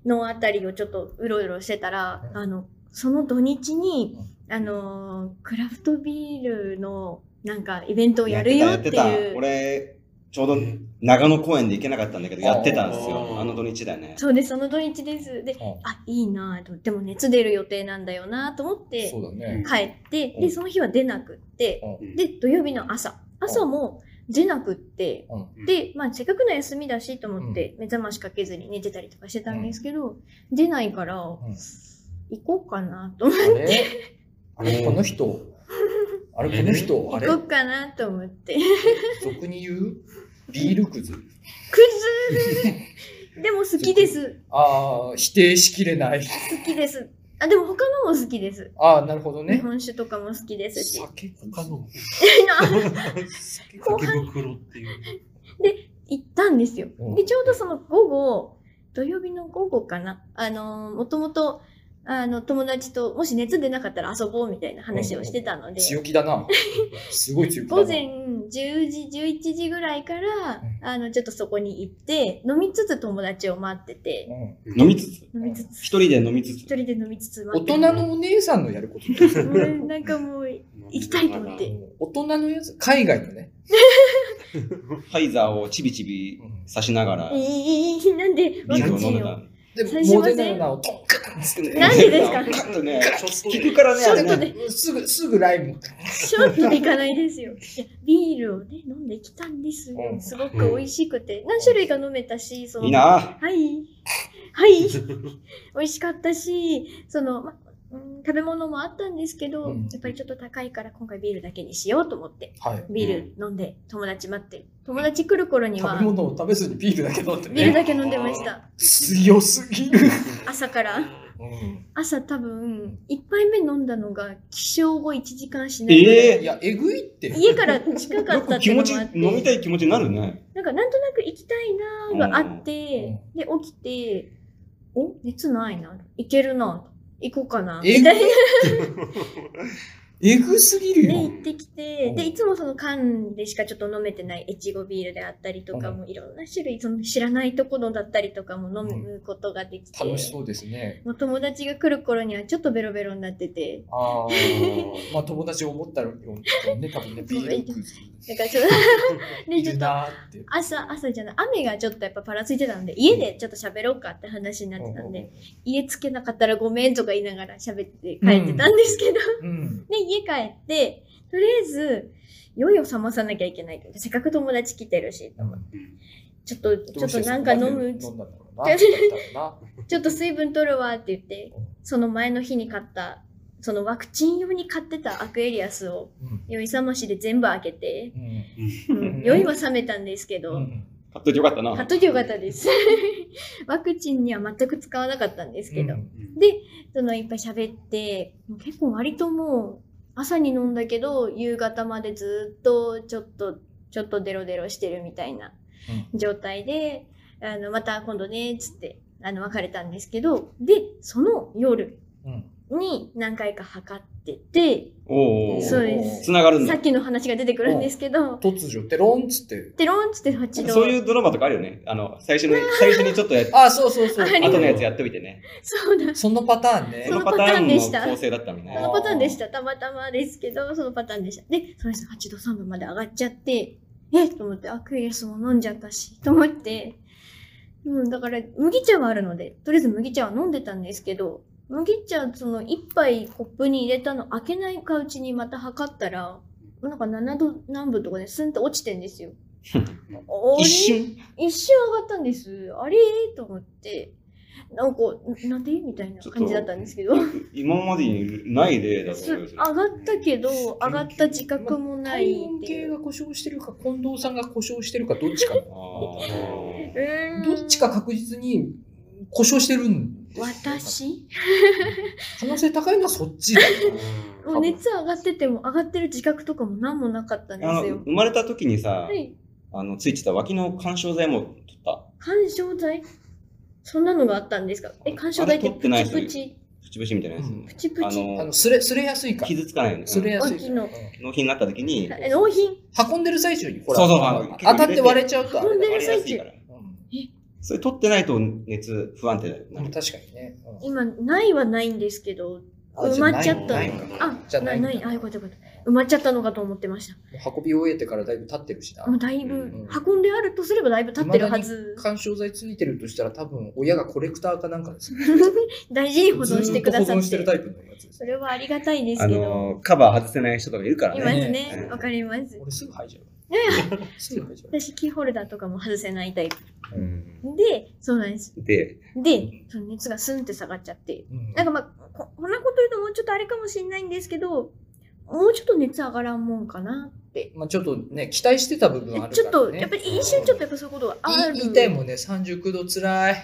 [SPEAKER 1] のあたりをちょっとうろうろしてたら、
[SPEAKER 3] うん
[SPEAKER 1] あのその土日に、あのークラフトビールのなんかイベントをやるよって
[SPEAKER 5] やってた
[SPEAKER 1] いう
[SPEAKER 5] 俺、ちょうど長野公園で行けなかったんだけど、やってたんですよ。
[SPEAKER 2] あー
[SPEAKER 5] あの土日だよね。
[SPEAKER 1] そうですその土日ですで
[SPEAKER 3] あ
[SPEAKER 1] あいいなぁとでも熱出る予定なんだよなぁと思って
[SPEAKER 3] そうだね。
[SPEAKER 1] 帰って
[SPEAKER 5] う
[SPEAKER 1] で
[SPEAKER 5] ん
[SPEAKER 1] その日は出なくって
[SPEAKER 2] うん
[SPEAKER 1] で土曜日の朝朝も出なくって
[SPEAKER 2] うん
[SPEAKER 1] で、まあ、せっかくの休みだしと思って、目覚ましかけずに寝てたりとかしてたんですけど、出ないから、行こうかなと思っ
[SPEAKER 3] あ
[SPEAKER 1] て、
[SPEAKER 3] れあれ、この人。あれ、この人。あ
[SPEAKER 1] 行
[SPEAKER 3] れ
[SPEAKER 1] こ、うかなと思って。
[SPEAKER 3] 俗に言うビールく
[SPEAKER 1] く
[SPEAKER 3] ず。
[SPEAKER 1] ずーでも好きです。
[SPEAKER 3] ああ、否定しきれない。
[SPEAKER 1] 好きです。あ、でも他のも好きです。
[SPEAKER 3] ああ、なるほど
[SPEAKER 1] 日
[SPEAKER 3] ね。
[SPEAKER 1] 本酒とかも好きですし。
[SPEAKER 3] 酒く
[SPEAKER 2] 他
[SPEAKER 3] ず。
[SPEAKER 2] の
[SPEAKER 3] 酒くず
[SPEAKER 2] 竹袋っていう。
[SPEAKER 1] 行ったんですよ。
[SPEAKER 3] うん
[SPEAKER 1] で、ちょうどその午後、土曜日の午後かな。あのー、もともと、ああの友達ともし熱出なかったら遊ぼうみたいな話をしてたので、
[SPEAKER 3] 強気だな。すごい強気だな。
[SPEAKER 1] 午前10時11時ぐらいから
[SPEAKER 3] うん
[SPEAKER 1] あのちょっとそこに行って飲みつつ友達を待ってて
[SPEAKER 3] うん
[SPEAKER 5] 飲みつつ。
[SPEAKER 1] 飲みつつ
[SPEAKER 5] 一人で飲みつつ。
[SPEAKER 1] 一人で飲みつつ
[SPEAKER 3] 大
[SPEAKER 1] 待って
[SPEAKER 3] 人のお姉さんのやることって
[SPEAKER 1] てうんなんかもう行きたいと思って
[SPEAKER 3] 大人のやつ、海外のね。
[SPEAKER 5] ファイザーをちびちび刺しながら、
[SPEAKER 1] いいいいいいなんでワ
[SPEAKER 5] ビール
[SPEAKER 1] ク
[SPEAKER 5] を
[SPEAKER 1] チ
[SPEAKER 5] 飲んで
[SPEAKER 1] ン
[SPEAKER 5] た
[SPEAKER 1] を。
[SPEAKER 3] で、
[SPEAKER 1] 最初
[SPEAKER 3] モ
[SPEAKER 1] は
[SPEAKER 3] デ
[SPEAKER 1] 全
[SPEAKER 3] ナのをトンカンっつってね。
[SPEAKER 1] なんでですか
[SPEAKER 5] ちょっとね、
[SPEAKER 2] ちょっと
[SPEAKER 5] 聞くからね、
[SPEAKER 1] ちょ
[SPEAKER 5] あ
[SPEAKER 1] っと
[SPEAKER 5] れ
[SPEAKER 1] ね
[SPEAKER 5] ね。
[SPEAKER 3] すぐ、すぐライム。
[SPEAKER 1] ショットでいかないですよ。いやビールをね飲んできたんですよ
[SPEAKER 3] う。ん
[SPEAKER 1] すごく美味しくて何種類か飲めたしその
[SPEAKER 5] いいな。
[SPEAKER 1] はい。はい。美味しかったし、その、まうん食べ物もあったんですけど、
[SPEAKER 3] うん
[SPEAKER 1] やっぱりちょっと高いから今回ビールだけにしようと思って、
[SPEAKER 3] はい。
[SPEAKER 1] ビール飲んで友達待って、友達来る頃に
[SPEAKER 3] 食
[SPEAKER 1] は
[SPEAKER 3] べ物を食べずにビールだけ飲んで
[SPEAKER 1] ビール
[SPEAKER 3] ね。
[SPEAKER 1] だけ飲んでました。
[SPEAKER 3] 強すぎる。
[SPEAKER 1] 朝から。
[SPEAKER 3] うん
[SPEAKER 1] 朝多分、1杯目飲んだのが起床後1時間しないぐらい。
[SPEAKER 5] え
[SPEAKER 3] い
[SPEAKER 5] え
[SPEAKER 3] や、えぐいって。
[SPEAKER 1] 家から近か
[SPEAKER 5] よ
[SPEAKER 1] ったっ
[SPEAKER 5] く気
[SPEAKER 1] ての
[SPEAKER 5] 持ち、
[SPEAKER 1] もあって
[SPEAKER 5] 飲みたい気持ちになるね。
[SPEAKER 1] なんかなんとなく行きたいなーがあって、で起きてお熱ないな行けるな行こうかな
[SPEAKER 3] え
[SPEAKER 1] みたいな
[SPEAKER 3] えぐすぎる
[SPEAKER 1] で
[SPEAKER 3] よ。
[SPEAKER 1] 行ってきて
[SPEAKER 3] うん
[SPEAKER 1] でいつもその缶でしかちょっと飲めてない越後ビールであったりとか
[SPEAKER 3] うん
[SPEAKER 1] もいろんな種類その知らないところだったりとかも飲むことができて、
[SPEAKER 3] 楽しそうですね。
[SPEAKER 1] もう友達が来る頃にはちょっとベロベロになってて
[SPEAKER 3] ああ。 まあ、友達思ったよね、多分ね、ビール食う。
[SPEAKER 1] だからちょっとで
[SPEAKER 3] い
[SPEAKER 1] ちょっ
[SPEAKER 3] る
[SPEAKER 1] と
[SPEAKER 3] なーって。
[SPEAKER 1] 朝朝じゃない雨がちょっとやっぱパラついてたんで家でちょっと喋ろうかって話になってたんで、家つけなかったらごめんとか言いながら喋って帰ってたんですけど、
[SPEAKER 3] うん。
[SPEAKER 1] で家帰ってとりあえず酔いを覚まさなきゃいけないとせっかく友達来てるしちょっとちょっとなんか飲む
[SPEAKER 3] どうしてそこまで飲んだんだろうなだったらな。
[SPEAKER 1] ちょっと水分取るわって言ってその前の日に買ったそのワクチン用に買ってたアクエリアスを
[SPEAKER 3] うん
[SPEAKER 1] 酔い覚ましで全部開けて、
[SPEAKER 3] うん
[SPEAKER 1] うん酔いは覚めたんですけど、
[SPEAKER 3] うん
[SPEAKER 5] 買っといてよかった
[SPEAKER 1] 買っ
[SPEAKER 5] な。
[SPEAKER 1] といてよかったです ワクチンには全く使わなかったんですけど、
[SPEAKER 3] うん
[SPEAKER 1] でそのいっぱい喋ってもう結構割ともう朝に飲んだけど夕方までずっとちょっとちょっとデロデロしてるみたいな状態で、あのまた今度ねっつってあの別れたんですけどでその夜
[SPEAKER 3] うん
[SPEAKER 1] に何回か測ってて
[SPEAKER 5] おうおう。
[SPEAKER 1] そうです
[SPEAKER 5] つながるん
[SPEAKER 1] さ
[SPEAKER 5] だ
[SPEAKER 1] っ。きの話が出てくるんですけど
[SPEAKER 3] 突如ってロンっつって。
[SPEAKER 1] テロンっつって8度
[SPEAKER 5] そういうドラマとかあるよね。あの、最 初に、最初にちょっとやっ
[SPEAKER 3] あ、そうそうそう。
[SPEAKER 1] あり
[SPEAKER 5] 後のやつや
[SPEAKER 3] っ
[SPEAKER 5] っといてね。
[SPEAKER 1] そうだ
[SPEAKER 3] そのパターンね
[SPEAKER 5] そ。
[SPEAKER 1] の
[SPEAKER 5] の
[SPEAKER 1] パ
[SPEAKER 5] パ
[SPEAKER 1] タ
[SPEAKER 5] タ
[SPEAKER 1] ー
[SPEAKER 5] ー
[SPEAKER 1] ン
[SPEAKER 5] ン
[SPEAKER 1] でした
[SPEAKER 5] の構成だったみたい
[SPEAKER 1] そ
[SPEAKER 5] な。
[SPEAKER 1] のパターンでした。たまたまですけど、そのパターンでした。で、その人8度3分まで上がっちゃって、えっと思って、アクエリアスも飲んじゃったし、と思って、うん、だから、麦茶はあるので、とりあえず麦茶は飲んでたんですけど、麦茶、その1杯コップに入れたの開けないかうちにまた測ったら、なんか7度何分とかでスンと落ちてん ですよ。あれ
[SPEAKER 5] 一瞬。
[SPEAKER 1] 一瞬上がったんです。あれと思って、なんか、ななんでみたいな感じだったんですけど。
[SPEAKER 5] 今までにない例だと
[SPEAKER 1] す
[SPEAKER 5] 思う
[SPEAKER 1] 上
[SPEAKER 5] よそれ
[SPEAKER 1] がったけど上がった自覚もない
[SPEAKER 3] 体温
[SPEAKER 1] ってい
[SPEAKER 3] 計
[SPEAKER 1] う
[SPEAKER 3] が故障してるか、近藤さんが故障してるか、どっちかな。
[SPEAKER 5] あ
[SPEAKER 1] うーん
[SPEAKER 3] どっちか確実に故障してるんですよ
[SPEAKER 1] 私
[SPEAKER 3] 可能性高いのはそっちだ。
[SPEAKER 1] もう熱上がってても上がってる自覚とかも何もなかったんで
[SPEAKER 5] ーあの
[SPEAKER 1] すよ
[SPEAKER 5] 生まれた時にさ
[SPEAKER 1] は、い
[SPEAKER 5] あのついてた脇の緩衝材も取った。
[SPEAKER 1] 緩衝材そんなのがあったんですかえ緩衝材って
[SPEAKER 5] あれ取っ
[SPEAKER 1] プ
[SPEAKER 5] てない
[SPEAKER 1] チ
[SPEAKER 5] ですよ
[SPEAKER 1] プチ
[SPEAKER 5] プチプチみたいなやつ。
[SPEAKER 3] うん
[SPEAKER 1] プチプ
[SPEAKER 5] あ
[SPEAKER 1] チ
[SPEAKER 3] あ
[SPEAKER 5] の
[SPEAKER 3] の、すれ、すれやすいから。
[SPEAKER 5] 傷つかないよね。
[SPEAKER 3] すれやすい
[SPEAKER 1] 脇の
[SPEAKER 3] うん
[SPEAKER 5] 納品になった時に、
[SPEAKER 1] え納品
[SPEAKER 3] 運んでる最中に、ほら、
[SPEAKER 5] そうそうあの
[SPEAKER 3] 当たって割れちゃうとあ
[SPEAKER 1] 運
[SPEAKER 3] れ
[SPEAKER 1] んで
[SPEAKER 3] だか
[SPEAKER 1] る
[SPEAKER 5] 割れやすいから。
[SPEAKER 3] ら。うん
[SPEAKER 5] それ取ってないと熱不安定だよ
[SPEAKER 3] う
[SPEAKER 5] ね
[SPEAKER 3] ん。確かにね。うん
[SPEAKER 1] 今ないはないんですけど
[SPEAKER 3] あじゃあ
[SPEAKER 1] 埋まっちゃった
[SPEAKER 3] ないのか
[SPEAKER 1] あ
[SPEAKER 3] じゃあな
[SPEAKER 1] ないい
[SPEAKER 3] んだ
[SPEAKER 1] ないあよかったよかった埋まっちゃったのかと思ってまし
[SPEAKER 3] もう運び終えてからだいぶ経ってるしな
[SPEAKER 1] た。もうだいぶ
[SPEAKER 5] うん
[SPEAKER 1] 運んであるとすればだいぶ経ってるはず
[SPEAKER 3] 緩衝材ついてるとしたら、多分親がコレクターかなんかですね。
[SPEAKER 1] 大事に保存してくだ
[SPEAKER 3] ず
[SPEAKER 1] さ
[SPEAKER 3] ーっと保存
[SPEAKER 1] っ
[SPEAKER 3] して
[SPEAKER 1] て
[SPEAKER 3] るタイプのやつです
[SPEAKER 1] そ。れはありがたいです
[SPEAKER 4] あ
[SPEAKER 1] けど、
[SPEAKER 4] の、カバー外せない人とかいるから
[SPEAKER 1] い
[SPEAKER 4] ね。
[SPEAKER 1] ます
[SPEAKER 3] ね
[SPEAKER 1] ね。わかります。
[SPEAKER 3] 俺すぐ入っちゃう。すぐ入っちゃう。
[SPEAKER 1] 私、キーホルダーとかも外せないタイプ。
[SPEAKER 4] うん
[SPEAKER 1] で、そうなんです。
[SPEAKER 4] で、
[SPEAKER 1] で、その熱がスンって下がっちゃって。
[SPEAKER 3] うん
[SPEAKER 1] なんかまあ、ここんなこと言うともうちょっとあれかもしれないんですけど、もうちょっと熱上がらんもんかなって。
[SPEAKER 3] まあちょっとね、期待してた部分あるから、ね。
[SPEAKER 1] ちょっと、やっぱり一瞬ちょっとやっぱそういうことがあ
[SPEAKER 3] い
[SPEAKER 1] る。
[SPEAKER 3] 言いたいもんね、39度つらい。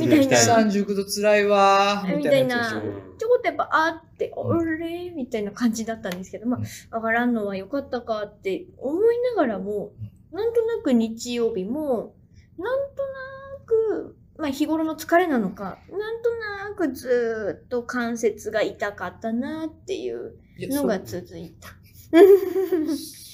[SPEAKER 1] みたい
[SPEAKER 5] うん
[SPEAKER 1] な。
[SPEAKER 3] 39度つらいわー。み
[SPEAKER 1] み
[SPEAKER 3] た
[SPEAKER 1] た
[SPEAKER 3] い
[SPEAKER 1] い
[SPEAKER 3] なやつ
[SPEAKER 1] な
[SPEAKER 3] でしょ。
[SPEAKER 1] ちょこっとやっぱあって、あれみたいな感じだったんですけど、ま
[SPEAKER 3] うん
[SPEAKER 1] あ、上がらんのは良かったかって思いながらも、なんとなく日曜日も、なんとなく、まあ、日頃の疲れなのか、なんとなくずーっと関節が痛かったなっていう
[SPEAKER 3] いや
[SPEAKER 1] の
[SPEAKER 3] そ
[SPEAKER 1] が続いた。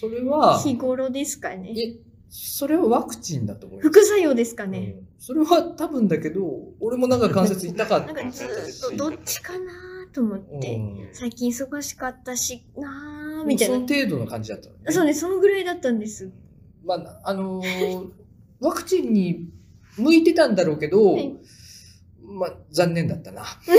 [SPEAKER 3] それは、
[SPEAKER 1] 日頃ですかね。
[SPEAKER 3] えそれはワクチンだと思います。
[SPEAKER 1] 副作用ですかね。
[SPEAKER 3] うんそれは多分だけど、俺もなんか関節痛かっ
[SPEAKER 1] な
[SPEAKER 3] た
[SPEAKER 1] ん。かずーっとどっちかなーと思って、
[SPEAKER 3] うん
[SPEAKER 1] 最近忙しかったしなーみたい
[SPEAKER 3] そ
[SPEAKER 1] な
[SPEAKER 3] の。程度の感じだったのね。
[SPEAKER 1] そうね、そのぐらいだったんです。
[SPEAKER 3] まあ、あのーワクチンに向いてたんだろうけど、
[SPEAKER 1] はい
[SPEAKER 3] まあ、残念だったな。
[SPEAKER 1] 残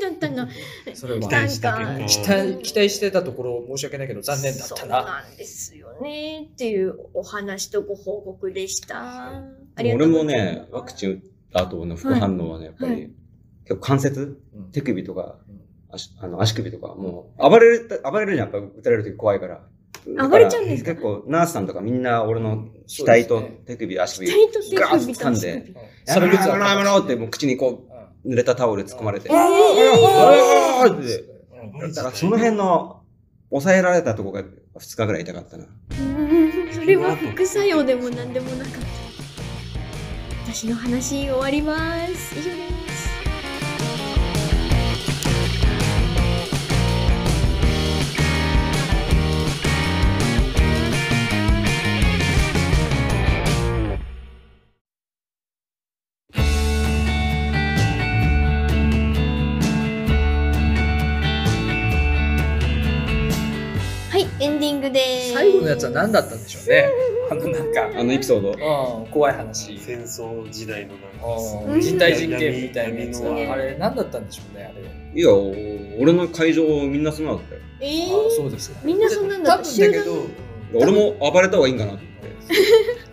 [SPEAKER 1] 念だったな。
[SPEAKER 3] それは
[SPEAKER 2] 期待したけ
[SPEAKER 1] なん
[SPEAKER 2] ど
[SPEAKER 1] か
[SPEAKER 3] 期待期待してたところ申し訳ないけど残念だった
[SPEAKER 1] そう
[SPEAKER 3] な。
[SPEAKER 1] なんですよねっていうお話とご報告でした。ありがと
[SPEAKER 4] 俺
[SPEAKER 1] うご
[SPEAKER 4] も
[SPEAKER 1] ざいます
[SPEAKER 4] ね、ワクチン打った後の副反応はね、やっぱり、
[SPEAKER 1] はい
[SPEAKER 4] 結構関節、
[SPEAKER 3] うん
[SPEAKER 4] 手首とか
[SPEAKER 3] うん、
[SPEAKER 4] 足あの足首とか、もう、暴れるた、暴れるにやっぱ打たれるとき怖いから。だ
[SPEAKER 1] 暴れちゃうんですか
[SPEAKER 4] 結構、ナースさんとかみんな俺の
[SPEAKER 3] そ
[SPEAKER 4] 額
[SPEAKER 3] うです
[SPEAKER 4] と
[SPEAKER 3] ね
[SPEAKER 4] 手首、足首、
[SPEAKER 1] 期待と手
[SPEAKER 4] ガーッ
[SPEAKER 1] 首
[SPEAKER 4] と
[SPEAKER 1] と
[SPEAKER 4] 掴ん
[SPEAKER 1] 足
[SPEAKER 4] で、
[SPEAKER 1] 首。
[SPEAKER 3] そ
[SPEAKER 4] や
[SPEAKER 3] れ
[SPEAKER 4] めろ
[SPEAKER 3] 別だっ
[SPEAKER 4] やめろや
[SPEAKER 3] た
[SPEAKER 4] めろって、もう口にこ
[SPEAKER 3] う
[SPEAKER 4] う、濡れたタオル突っ込まれて。
[SPEAKER 3] ん
[SPEAKER 4] あ
[SPEAKER 1] え
[SPEAKER 4] ーって
[SPEAKER 3] うん
[SPEAKER 4] だからその辺の、抑えられたとこが2日ぐらい痛かったな。
[SPEAKER 1] ーそれは副作用でも何でもなかった。私の話終わります。以上です。はい、エンディングです。
[SPEAKER 3] 最後のやつは何だったんでしょうね。あのなんか、
[SPEAKER 4] あのエピソード
[SPEAKER 3] うん怖い話。
[SPEAKER 2] 戦争時代のなんか
[SPEAKER 1] う
[SPEAKER 3] うん
[SPEAKER 1] ん
[SPEAKER 3] 人体実験みたいなやつ
[SPEAKER 2] 闇
[SPEAKER 1] の
[SPEAKER 3] あれ何だったんでしょうねあれ
[SPEAKER 4] いや、俺の会場みんなそんなだったよ。
[SPEAKER 1] えー
[SPEAKER 3] あそうですか
[SPEAKER 1] みんなそんなんだ
[SPEAKER 3] 多分だけど
[SPEAKER 4] 俺も暴れた方がいいんかなと思って。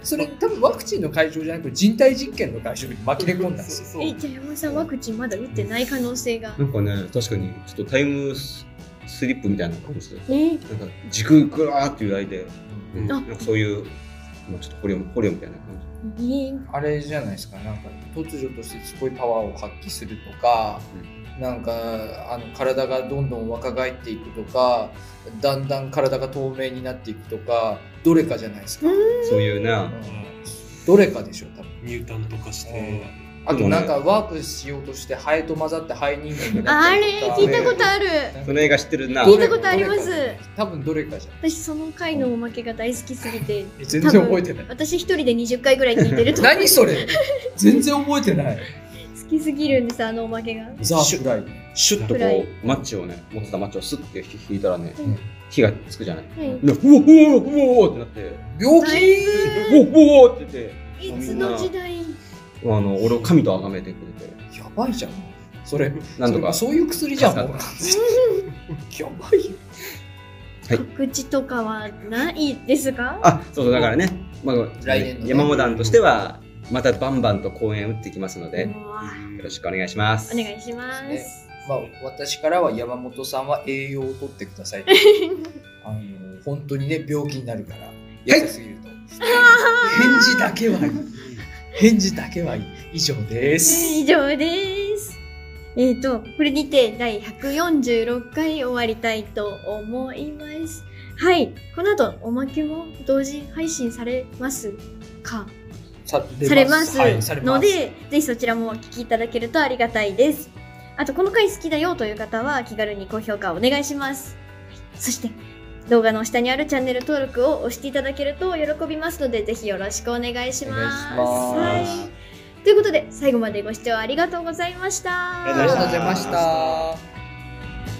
[SPEAKER 3] それ多分ワクチンの会場じゃなく人体実験の会場に紛れ込んだんですよ
[SPEAKER 2] そうそう
[SPEAKER 1] えじゃあ山本さんワクチンまだ打ってない可能性が
[SPEAKER 4] なんかね、確かにちょっとタイムススリップみたいな感じで、
[SPEAKER 1] えー、
[SPEAKER 4] なんか時空ぐらーって揺らいで、
[SPEAKER 2] うん
[SPEAKER 4] なんかそういう、まあ、ちょっと捕虜捕虜みたいな感じ。
[SPEAKER 1] えー、
[SPEAKER 3] あれじゃないですかなんか突如としてすごいパワーを発揮するとか、なんかあの体がどんどん若返っていくとかだんだん体が透明になっていくとかどれかじゃないですか、
[SPEAKER 1] うん
[SPEAKER 4] そういうな、
[SPEAKER 3] うんどれかでしょう多分
[SPEAKER 2] ミュータント化して、
[SPEAKER 3] あとなんかワープしようとしてハエと混ざってハエ人間に
[SPEAKER 1] あ
[SPEAKER 3] なった
[SPEAKER 1] れ
[SPEAKER 3] りとか
[SPEAKER 1] 聞いたことある
[SPEAKER 4] その映画知ってるな。
[SPEAKER 1] 聞いたことあります
[SPEAKER 3] どれか多分どれかじゃない
[SPEAKER 1] 私その回のおまけが大好きすぎて
[SPEAKER 3] 全然覚えてない
[SPEAKER 1] 私一人で20回ぐらい聞いてると思う
[SPEAKER 3] 何それ全然覚えてない
[SPEAKER 1] 好きすぎるんですあのおまけが
[SPEAKER 3] ザ・フライデー
[SPEAKER 4] シュッとこ、
[SPEAKER 1] 暗いう
[SPEAKER 4] マッチをね、持ってたマッチをスッて引いたらね
[SPEAKER 1] うん、
[SPEAKER 4] 火がつくじゃない。
[SPEAKER 1] はい
[SPEAKER 4] でうおうおうおうおうってなって、
[SPEAKER 3] 病
[SPEAKER 1] だ
[SPEAKER 3] 気
[SPEAKER 1] い
[SPEAKER 4] おうおうおうって言っ
[SPEAKER 1] ぶいつの時代
[SPEAKER 4] て、あの俺を神と崇めてくれて、
[SPEAKER 3] やばいじゃんそれ
[SPEAKER 4] なんとか。
[SPEAKER 3] そういう薬じ ゃんもう
[SPEAKER 4] 助か
[SPEAKER 3] やばいよ
[SPEAKER 1] 告知とかはないですか
[SPEAKER 4] あ、そうそう、だからね、まあ、
[SPEAKER 3] 来年のね
[SPEAKER 4] 山本団としては、またバンバンと公演打っていきますので、よ
[SPEAKER 1] もう
[SPEAKER 4] ろしくお願いします。
[SPEAKER 1] お願いします
[SPEAKER 3] でまあ私からは山本さんは栄養をとってくださいあの本当にね病気になるからやりすぎると、返事だけはいい返事だけはいい以上です
[SPEAKER 1] 以上です。えっ、と、これにて第146回終わりたいと思います。はい。この後、おまけも同時配信されますか
[SPEAKER 3] さ
[SPEAKER 1] されます
[SPEAKER 3] はいされま
[SPEAKER 1] の
[SPEAKER 3] す
[SPEAKER 1] で、ぜひそちらもお聞きいただけるとありがたいです。あと、この回好きだよという方は気軽に高評価をお願いします。はいそして、動画の下にあるチャンネル登録を押していただけると喜びますので、ぜひよろしくお願いします。
[SPEAKER 3] お願いします
[SPEAKER 1] はい。ということで、最後までご視聴ありがとうございました。
[SPEAKER 5] あり
[SPEAKER 3] ありがとう
[SPEAKER 5] がと
[SPEAKER 3] ご
[SPEAKER 5] うご
[SPEAKER 3] ざ
[SPEAKER 5] ざ
[SPEAKER 3] い
[SPEAKER 5] い
[SPEAKER 3] ま
[SPEAKER 5] ま
[SPEAKER 3] し
[SPEAKER 5] したた。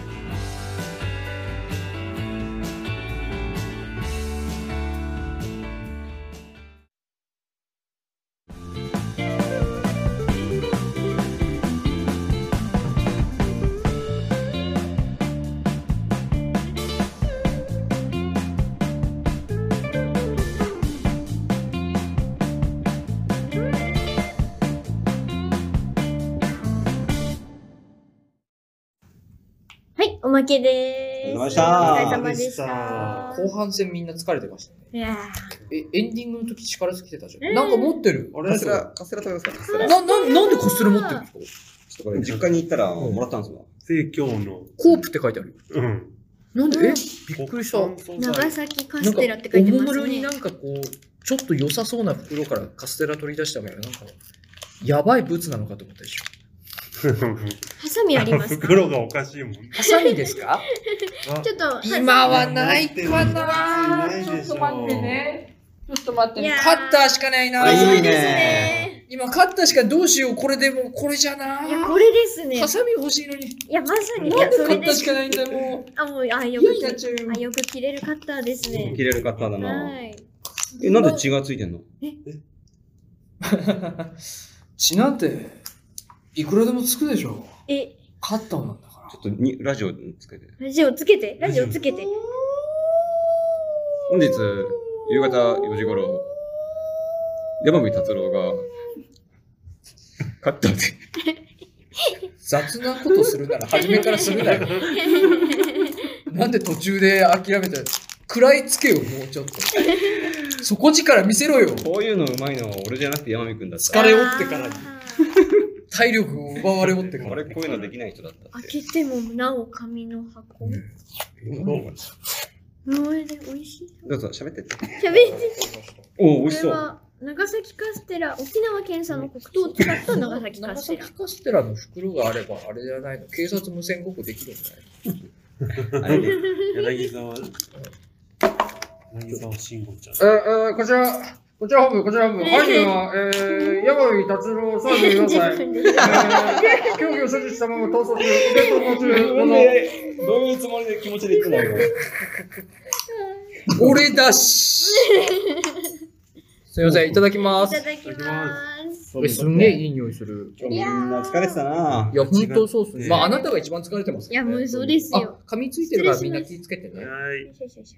[SPEAKER 1] はい、おまけでーす。
[SPEAKER 4] あ
[SPEAKER 1] お疲れ様
[SPEAKER 4] りがとう
[SPEAKER 2] ございま
[SPEAKER 1] でし
[SPEAKER 2] した
[SPEAKER 1] た。
[SPEAKER 3] 後半戦みんな疲れてましたね
[SPEAKER 1] いや
[SPEAKER 3] えエンディングの時力尽きてたじゃん、
[SPEAKER 1] うん
[SPEAKER 3] なんか持ってる
[SPEAKER 4] 俺カステラ、カステラ食べますかカステ
[SPEAKER 3] な
[SPEAKER 4] ラ。ちょ
[SPEAKER 3] ななんでこする持ってるんですか
[SPEAKER 4] っとこれ、実家に行ったらもらったんですわ。
[SPEAKER 2] 生協の、
[SPEAKER 3] コープって書いてあるよ
[SPEAKER 2] うん、
[SPEAKER 3] なんで
[SPEAKER 1] うん
[SPEAKER 3] えびっくりした
[SPEAKER 2] 国産
[SPEAKER 1] ー
[SPEAKER 2] 素材
[SPEAKER 1] 長崎カ
[SPEAKER 3] な
[SPEAKER 1] ス
[SPEAKER 3] んか
[SPEAKER 1] テラって書いて
[SPEAKER 3] お
[SPEAKER 1] ま
[SPEAKER 3] もむ
[SPEAKER 1] す
[SPEAKER 3] ろに
[SPEAKER 1] ね
[SPEAKER 3] な。んかこうちょっと良さそうな袋からカステラ取り出したからなんかやばいブツなのかと思ったでしょ。
[SPEAKER 1] ハサミあります か
[SPEAKER 2] 袋がおかしいもん。
[SPEAKER 3] ハサミですか
[SPEAKER 1] ちょっとハサミ
[SPEAKER 3] 今はないか
[SPEAKER 2] 持ってる
[SPEAKER 3] な
[SPEAKER 2] やついないでし
[SPEAKER 3] ちょっ
[SPEAKER 2] ょ
[SPEAKER 3] と待ってね。ちょっと待って
[SPEAKER 1] い
[SPEAKER 3] ね
[SPEAKER 1] や。ー
[SPEAKER 3] カッターしかないな
[SPEAKER 4] あいいね
[SPEAKER 1] そうですね
[SPEAKER 3] 今カッターしかどうしよう。これでもうこれじゃない
[SPEAKER 1] やこれですね
[SPEAKER 3] ハサミ欲しいのに。
[SPEAKER 1] いやまさにい
[SPEAKER 3] なん
[SPEAKER 1] や
[SPEAKER 3] で
[SPEAKER 1] そ
[SPEAKER 3] カ
[SPEAKER 1] れ
[SPEAKER 3] ッタ
[SPEAKER 1] で
[SPEAKER 3] ーしかないんだよもう。
[SPEAKER 1] あもうあよ
[SPEAKER 3] 嫌
[SPEAKER 1] く
[SPEAKER 3] になっちゃうよ
[SPEAKER 1] あ。よく切れるカッターですね
[SPEAKER 4] 切れる方だな。
[SPEAKER 1] はい
[SPEAKER 4] え、なんで血がついてんの
[SPEAKER 3] 血なんていくらでもつくでしょ。
[SPEAKER 1] え
[SPEAKER 3] カッターなんだから
[SPEAKER 4] ちょっとにラジオつけて。
[SPEAKER 1] ラジオつけてラジオつけて
[SPEAKER 4] 本日、夕方4時頃、山口達郎が、カッターで。
[SPEAKER 3] 雑なことするなら初めからするなよ。なんで途中で諦めた食らいつけよ、もうちょっと。底力見せろよ。
[SPEAKER 4] こういうのうまいのは俺じゃなくて山口くんだった。
[SPEAKER 3] 疲れ折ってからに
[SPEAKER 1] あ
[SPEAKER 3] 体力を奪われおってから
[SPEAKER 4] 俺。こういうのできない人だった
[SPEAKER 1] ー
[SPEAKER 4] って。
[SPEAKER 1] 開けてもなお紙の箱
[SPEAKER 3] ね
[SPEAKER 1] これで美味しい
[SPEAKER 4] どうぞ喋ってって。
[SPEAKER 1] キャベツ
[SPEAKER 4] お
[SPEAKER 1] こ
[SPEAKER 4] お、美味し
[SPEAKER 1] れ
[SPEAKER 4] そう。
[SPEAKER 1] は長崎カステラ沖縄県産の黒糖を使った長崎カ
[SPEAKER 3] 長
[SPEAKER 1] ステ
[SPEAKER 3] 崎
[SPEAKER 1] ラ
[SPEAKER 3] カステラの袋があれば、あれじゃないの。警察無線ごっこできるんじゃない
[SPEAKER 4] あれで
[SPEAKER 2] 柳沢。柳沢慎吾ちゃん。
[SPEAKER 3] えー、こちら、こちら本部、こちら本部。
[SPEAKER 1] 犯人
[SPEAKER 3] は、えー、山上達郎34
[SPEAKER 1] 自。分で
[SPEAKER 3] 競技を所持したまま逃走中、逃走
[SPEAKER 5] なんで、どういうつもりで気持ちでいくのよ。
[SPEAKER 3] 俺だし。すみません、いただきま
[SPEAKER 1] いた
[SPEAKER 3] す。
[SPEAKER 1] だきます
[SPEAKER 5] そうです
[SPEAKER 3] す
[SPEAKER 5] よ
[SPEAKER 3] んげえ
[SPEAKER 5] ね
[SPEAKER 3] いい匂いする。。
[SPEAKER 5] 今日みんな疲れてたない
[SPEAKER 3] や、本当そうっすね。
[SPEAKER 2] 違う
[SPEAKER 3] まあ、あなたが一番疲れてます
[SPEAKER 1] い
[SPEAKER 3] け
[SPEAKER 1] や
[SPEAKER 3] どね。
[SPEAKER 1] もうそうです
[SPEAKER 3] あ
[SPEAKER 1] よ、
[SPEAKER 3] 噛みついてるからみんな気ぃつけてね。
[SPEAKER 2] はい。
[SPEAKER 1] よいしょよいしょよいし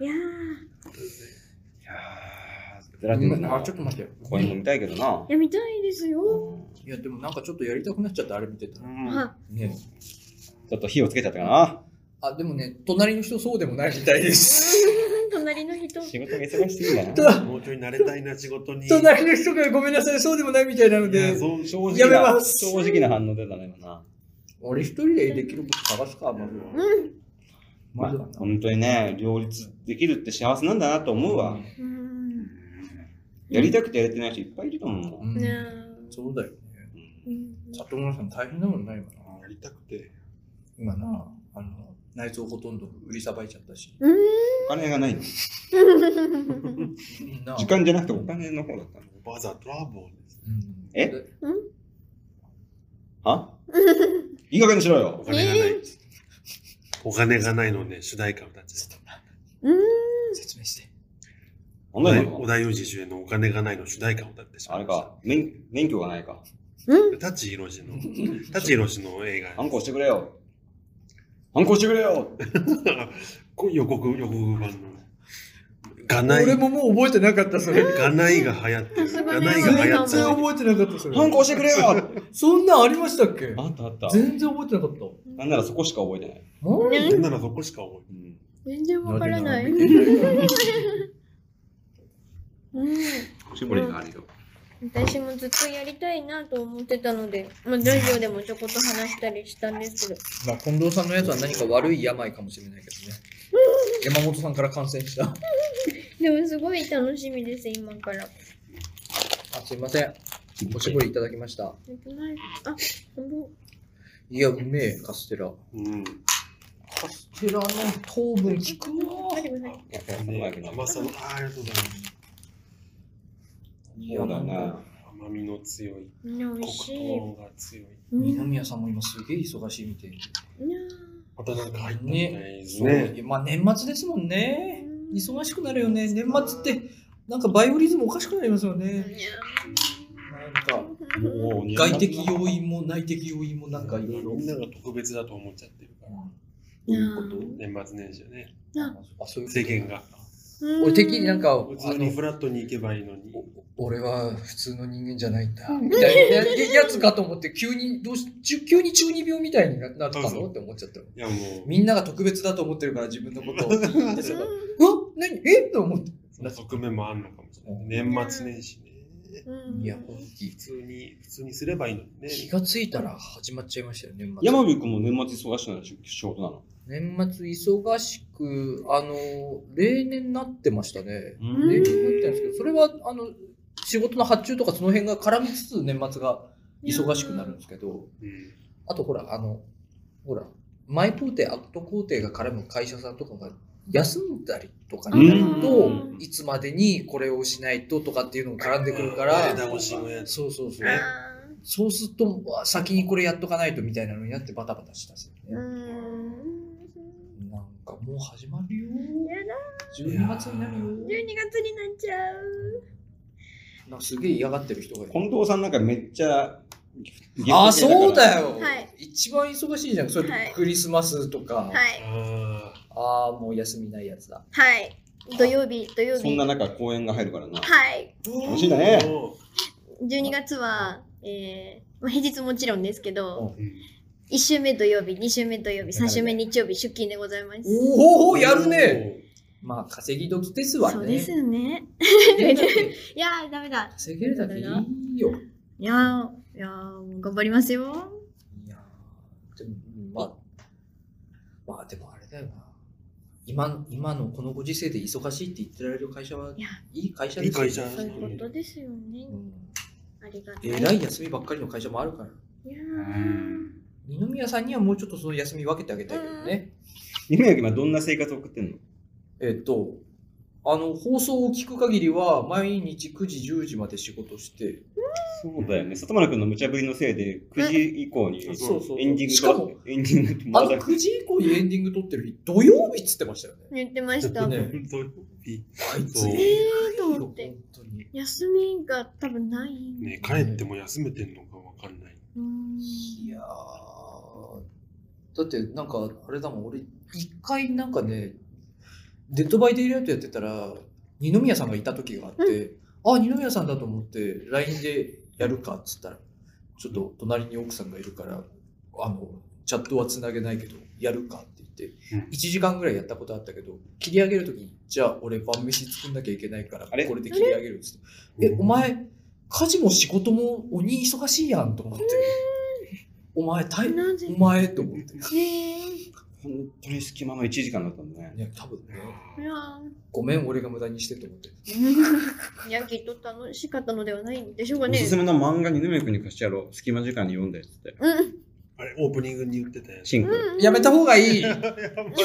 [SPEAKER 1] ょいやー
[SPEAKER 4] いやー、ゼラチンだな。
[SPEAKER 3] と待ってよ。
[SPEAKER 4] こういうの見たいけどな。
[SPEAKER 1] いや見たいですよ
[SPEAKER 3] いや、でもなんかちょっとやりたくなっちゃった、あれ見てたら。
[SPEAKER 1] は
[SPEAKER 3] ね
[SPEAKER 4] ちょっと火をつけちゃったかな。
[SPEAKER 3] あ、でもね、隣の人そうでもないみたいです。
[SPEAKER 1] 隣の人
[SPEAKER 4] 仕事が忙しすぎるんだ
[SPEAKER 3] た
[SPEAKER 4] な。
[SPEAKER 2] もうちょい慣れたいな仕事 に。
[SPEAKER 3] 隣の人がごめんなさい、そうでもないみたいなの
[SPEAKER 2] いや
[SPEAKER 3] で。
[SPEAKER 2] そう正直
[SPEAKER 3] やめ
[SPEAKER 4] な
[SPEAKER 3] ます
[SPEAKER 4] 正直な反応出たね、今な。
[SPEAKER 3] 俺一人でできること探すか、まずは。
[SPEAKER 1] う
[SPEAKER 4] ま
[SPEAKER 3] ま
[SPEAKER 4] あ
[SPEAKER 3] ずはな、
[SPEAKER 4] 本当にね、両立できるって幸せなんだなと思うわ。
[SPEAKER 1] ん
[SPEAKER 4] やりたくてやれてない人いっぱいいると思う
[SPEAKER 3] う
[SPEAKER 4] もん。
[SPEAKER 3] ん
[SPEAKER 1] ね
[SPEAKER 3] そうだよね。
[SPEAKER 4] うん
[SPEAKER 1] うん
[SPEAKER 3] 里村さん大変だもんな、今な。
[SPEAKER 2] やりたくて。
[SPEAKER 3] 今な、あの、内臓ほとんど売りさばいちゃったし。
[SPEAKER 1] う
[SPEAKER 4] お金がないの。
[SPEAKER 1] ーん
[SPEAKER 3] な
[SPEAKER 4] 時間じゃなくてお金の方だったの。
[SPEAKER 2] バザートラボーです。
[SPEAKER 3] うん
[SPEAKER 4] えはいい加減にしろよ
[SPEAKER 2] お。金がない。お金がないので主題歌を歌っちゃった。
[SPEAKER 1] う
[SPEAKER 3] 説明して。
[SPEAKER 4] なんだ
[SPEAKER 2] 織
[SPEAKER 4] よ。
[SPEAKER 2] 田裕二主演のお金がないの主題歌を歌ってしま
[SPEAKER 4] あ
[SPEAKER 2] い
[SPEAKER 4] れ
[SPEAKER 2] ました。
[SPEAKER 4] か、免免許がないか。
[SPEAKER 1] ん
[SPEAKER 2] 舘ひろしの、舘ひろしの映画
[SPEAKER 4] 反抗してくれよ。反抗してくれよ。
[SPEAKER 2] こ予告、予告版の。がない、
[SPEAKER 3] 俺ももう覚えてなかった、それ。
[SPEAKER 2] がないが流行って
[SPEAKER 1] さす
[SPEAKER 2] る。
[SPEAKER 1] が
[SPEAKER 2] が
[SPEAKER 1] に
[SPEAKER 2] ないが
[SPEAKER 3] 全
[SPEAKER 2] 流
[SPEAKER 3] 然
[SPEAKER 2] 行っちゃう。
[SPEAKER 3] 覚えてなかった、それ。
[SPEAKER 4] 反抗してく れよ。
[SPEAKER 3] そんなんありましたっけ
[SPEAKER 4] あったあった。
[SPEAKER 3] 全然覚えてなかった。
[SPEAKER 4] なんならそこしか覚えてない。
[SPEAKER 3] なんで
[SPEAKER 2] なんならそこしか覚
[SPEAKER 4] うん
[SPEAKER 1] 全然わからない。
[SPEAKER 3] な
[SPEAKER 1] うんん。絞りが
[SPEAKER 4] あるよ。
[SPEAKER 1] 私もずっとやりたいなと思ってたので、まあ、ラジオでもちょこっと話したりしたんですけど、
[SPEAKER 3] まあ、近藤さんのやつは何か悪い病かもしれないけ どね。山本さんから感染した。あ、
[SPEAKER 1] でもすごい楽しみです、今から。
[SPEAKER 3] すいません。おしぼりいただきました。
[SPEAKER 1] できないあ、本当
[SPEAKER 3] いや、うめえ、カステラ。
[SPEAKER 2] えてない。
[SPEAKER 3] カステラの糖分効くわ
[SPEAKER 1] あ。でもない。
[SPEAKER 2] うん。ね
[SPEAKER 4] い
[SPEAKER 2] 甘さの、あーありがとうございます。
[SPEAKER 3] い
[SPEAKER 4] そうだよね。
[SPEAKER 2] 甘みの強い、
[SPEAKER 1] みんな美
[SPEAKER 2] 黒
[SPEAKER 1] 味しい。
[SPEAKER 2] 糖が強い。
[SPEAKER 1] うん
[SPEAKER 3] 二
[SPEAKER 1] い
[SPEAKER 3] 宮さんも今すげえ忙しいみたいで。
[SPEAKER 1] や
[SPEAKER 2] またなんか入ったみたいです
[SPEAKER 3] そう
[SPEAKER 2] ね。
[SPEAKER 3] いやまあ年末ですもんね。
[SPEAKER 1] うん
[SPEAKER 3] 忙しくなるよね。年末って、なんかバイオリズムおかしくなりますよ
[SPEAKER 1] ー
[SPEAKER 3] ね。
[SPEAKER 1] いや
[SPEAKER 3] なんか、
[SPEAKER 1] ー
[SPEAKER 4] もう
[SPEAKER 3] 外的要因も内的要因もなんかいろいろ
[SPEAKER 2] みん。なが特別だと思っちゃってるから。
[SPEAKER 1] どういう
[SPEAKER 2] 年末年始はね。
[SPEAKER 3] あ、そういう
[SPEAKER 2] 世間が。
[SPEAKER 1] うん
[SPEAKER 3] 俺的になんか、あ
[SPEAKER 2] 普通に
[SPEAKER 3] の
[SPEAKER 2] フラットに行けばいいのに。
[SPEAKER 3] 俺は普通の人間じゃないんだ。みたいなやつかと思って、急に、どうし、ちゅ急に中二病みたいにななった
[SPEAKER 2] そうそ
[SPEAKER 3] の
[SPEAKER 2] う
[SPEAKER 3] って思っちゃったよ。
[SPEAKER 2] いやもう、
[SPEAKER 3] みんなが特別だと思ってるから自分のことを。うわ
[SPEAKER 1] う
[SPEAKER 3] 何えと思って。
[SPEAKER 2] その側面もあるのかもしれない。年末年始ね。
[SPEAKER 1] ん。
[SPEAKER 3] いや、
[SPEAKER 1] うん
[SPEAKER 2] 普通に、普通にすればいいのにね。
[SPEAKER 3] 気がついたら始まっちゃいましたよ、年末。
[SPEAKER 4] 山口くんも年末忙しいのは仕事なの。
[SPEAKER 3] 年末忙しく、あの、例年なってましたね。
[SPEAKER 4] う
[SPEAKER 1] うん
[SPEAKER 3] 例年なってたんですけど、それは、あの、仕事の発注とかその辺が絡みつつ年末が忙しくなるんですけど、
[SPEAKER 2] うん
[SPEAKER 3] あとほら、あの、ほら、前工程、後工程が絡む会社さんとかが休んだりとかになる
[SPEAKER 1] う
[SPEAKER 3] と
[SPEAKER 1] ん、
[SPEAKER 3] いつまでにこれをしないととかっていうのも絡んでくるか
[SPEAKER 2] 前
[SPEAKER 3] ら、
[SPEAKER 2] 倒しのやつ
[SPEAKER 3] そうそうそう。
[SPEAKER 2] ね
[SPEAKER 3] そうすると、うわ先にこれやっとかないとみたいなのになってバタバタしたんですよ
[SPEAKER 1] う
[SPEAKER 3] ね。
[SPEAKER 1] ん。
[SPEAKER 3] なんかもう始まるよ。
[SPEAKER 1] やだ、
[SPEAKER 3] 12月になるよ。
[SPEAKER 1] 12月になっちゃう。
[SPEAKER 3] なんかすげえ嫌がってる人がいる。
[SPEAKER 5] 近藤さんなんかめっちゃ
[SPEAKER 3] あ、そうだ
[SPEAKER 5] よ
[SPEAKER 3] よ、
[SPEAKER 1] はい
[SPEAKER 3] 一番忙しいじゃん。それと
[SPEAKER 1] はい
[SPEAKER 3] クリスマスとか、
[SPEAKER 1] はい。
[SPEAKER 2] あー
[SPEAKER 3] ああ、もう休みないやつだ。
[SPEAKER 1] はい。土曜日、土曜
[SPEAKER 5] そ
[SPEAKER 1] 日
[SPEAKER 5] ん。な中公演が入るからな
[SPEAKER 1] はい。
[SPEAKER 5] 楽しいんだね
[SPEAKER 1] 12月は、えー、まあ平日もちろんですけど、
[SPEAKER 2] うん
[SPEAKER 1] 1週目土曜日、2週目土曜日、
[SPEAKER 3] だから
[SPEAKER 1] 3週目日曜日、出勤でございます。
[SPEAKER 3] おお、やるね。まあ、稼ぎ時ですわね。
[SPEAKER 1] そうですよね。いやー、ダメだ。
[SPEAKER 3] 稼げるだけいいよ。
[SPEAKER 1] いやー、いやー頑張りますよ。
[SPEAKER 3] いやーでも、まあ、まあ、でもあれだよな。今今のこのご時世で忙しいって言ってられる会社はい
[SPEAKER 1] や
[SPEAKER 3] いい会社
[SPEAKER 2] い
[SPEAKER 3] で
[SPEAKER 2] い
[SPEAKER 3] すよ
[SPEAKER 2] 会社
[SPEAKER 1] そういうことですよね
[SPEAKER 3] う。ん
[SPEAKER 1] ありがたい。
[SPEAKER 3] えらい休みばっかりの会社もあるから
[SPEAKER 1] いや
[SPEAKER 2] う
[SPEAKER 1] ー
[SPEAKER 2] ん
[SPEAKER 3] 二宮さんにはもうちょっとその休み分けてあげたいけどね、
[SPEAKER 4] 今より今どんな生活を送ってんの
[SPEAKER 3] えっ、とあの放送を聞く限りは毎日9時10時まで仕事して
[SPEAKER 4] そうだよね。里村君の無茶ぶりのせいで、9時以降にエンデ
[SPEAKER 3] そうそうそう
[SPEAKER 4] ィング
[SPEAKER 3] しかも
[SPEAKER 4] エンディングって
[SPEAKER 3] あ
[SPEAKER 4] ま
[SPEAKER 3] の
[SPEAKER 4] だ
[SPEAKER 3] 9時以降にエンディング撮ってる日土曜日っつってましたよね
[SPEAKER 1] 言ってました。
[SPEAKER 3] ね
[SPEAKER 2] 土曜日
[SPEAKER 3] あいつ
[SPEAKER 2] そう
[SPEAKER 3] 偉い
[SPEAKER 1] えーと
[SPEAKER 3] よ
[SPEAKER 1] 思っ
[SPEAKER 3] 本
[SPEAKER 1] て。
[SPEAKER 3] 当に
[SPEAKER 1] 休みが多分ない。
[SPEAKER 2] ね帰っても休めてんのかわかんない。
[SPEAKER 1] うーん。
[SPEAKER 3] いやーだってなんかあれだもん俺一回なんかねデッドバイデイライトやってたら二宮さんがいた時があって、あ二宮さんだと思って LINE でやるかっつったらちょっと隣に奥さんがいるからあのチャットはつなげないけどやるかって言って
[SPEAKER 2] う
[SPEAKER 3] 1
[SPEAKER 2] ん
[SPEAKER 3] 時間ぐらいやったことあったけど切り上げる時にじゃあ俺晩飯作んなきゃいけないからこ
[SPEAKER 5] あれ
[SPEAKER 3] れで切り上げるっつってえ、お前、家事も仕事も鬼忙しいやんと思って。お前、大
[SPEAKER 1] なぜ
[SPEAKER 3] お前と思って。
[SPEAKER 1] えー、
[SPEAKER 4] 本当に隙間の1時間だったんだね。
[SPEAKER 3] ね、多分ね、
[SPEAKER 1] いやー
[SPEAKER 3] ごめん、俺が無駄にしてと思って。
[SPEAKER 1] いや、きっと楽しかったのではないんでしょうか
[SPEAKER 4] お
[SPEAKER 1] ね
[SPEAKER 4] す。すめの漫画二宮君に貸してやろう。隙間時間に読んでっつって。
[SPEAKER 1] うん、
[SPEAKER 2] あれ、オープニングに言ってたやつ。
[SPEAKER 4] シンク。
[SPEAKER 1] うん。
[SPEAKER 3] やめた方 がいい。
[SPEAKER 1] ばい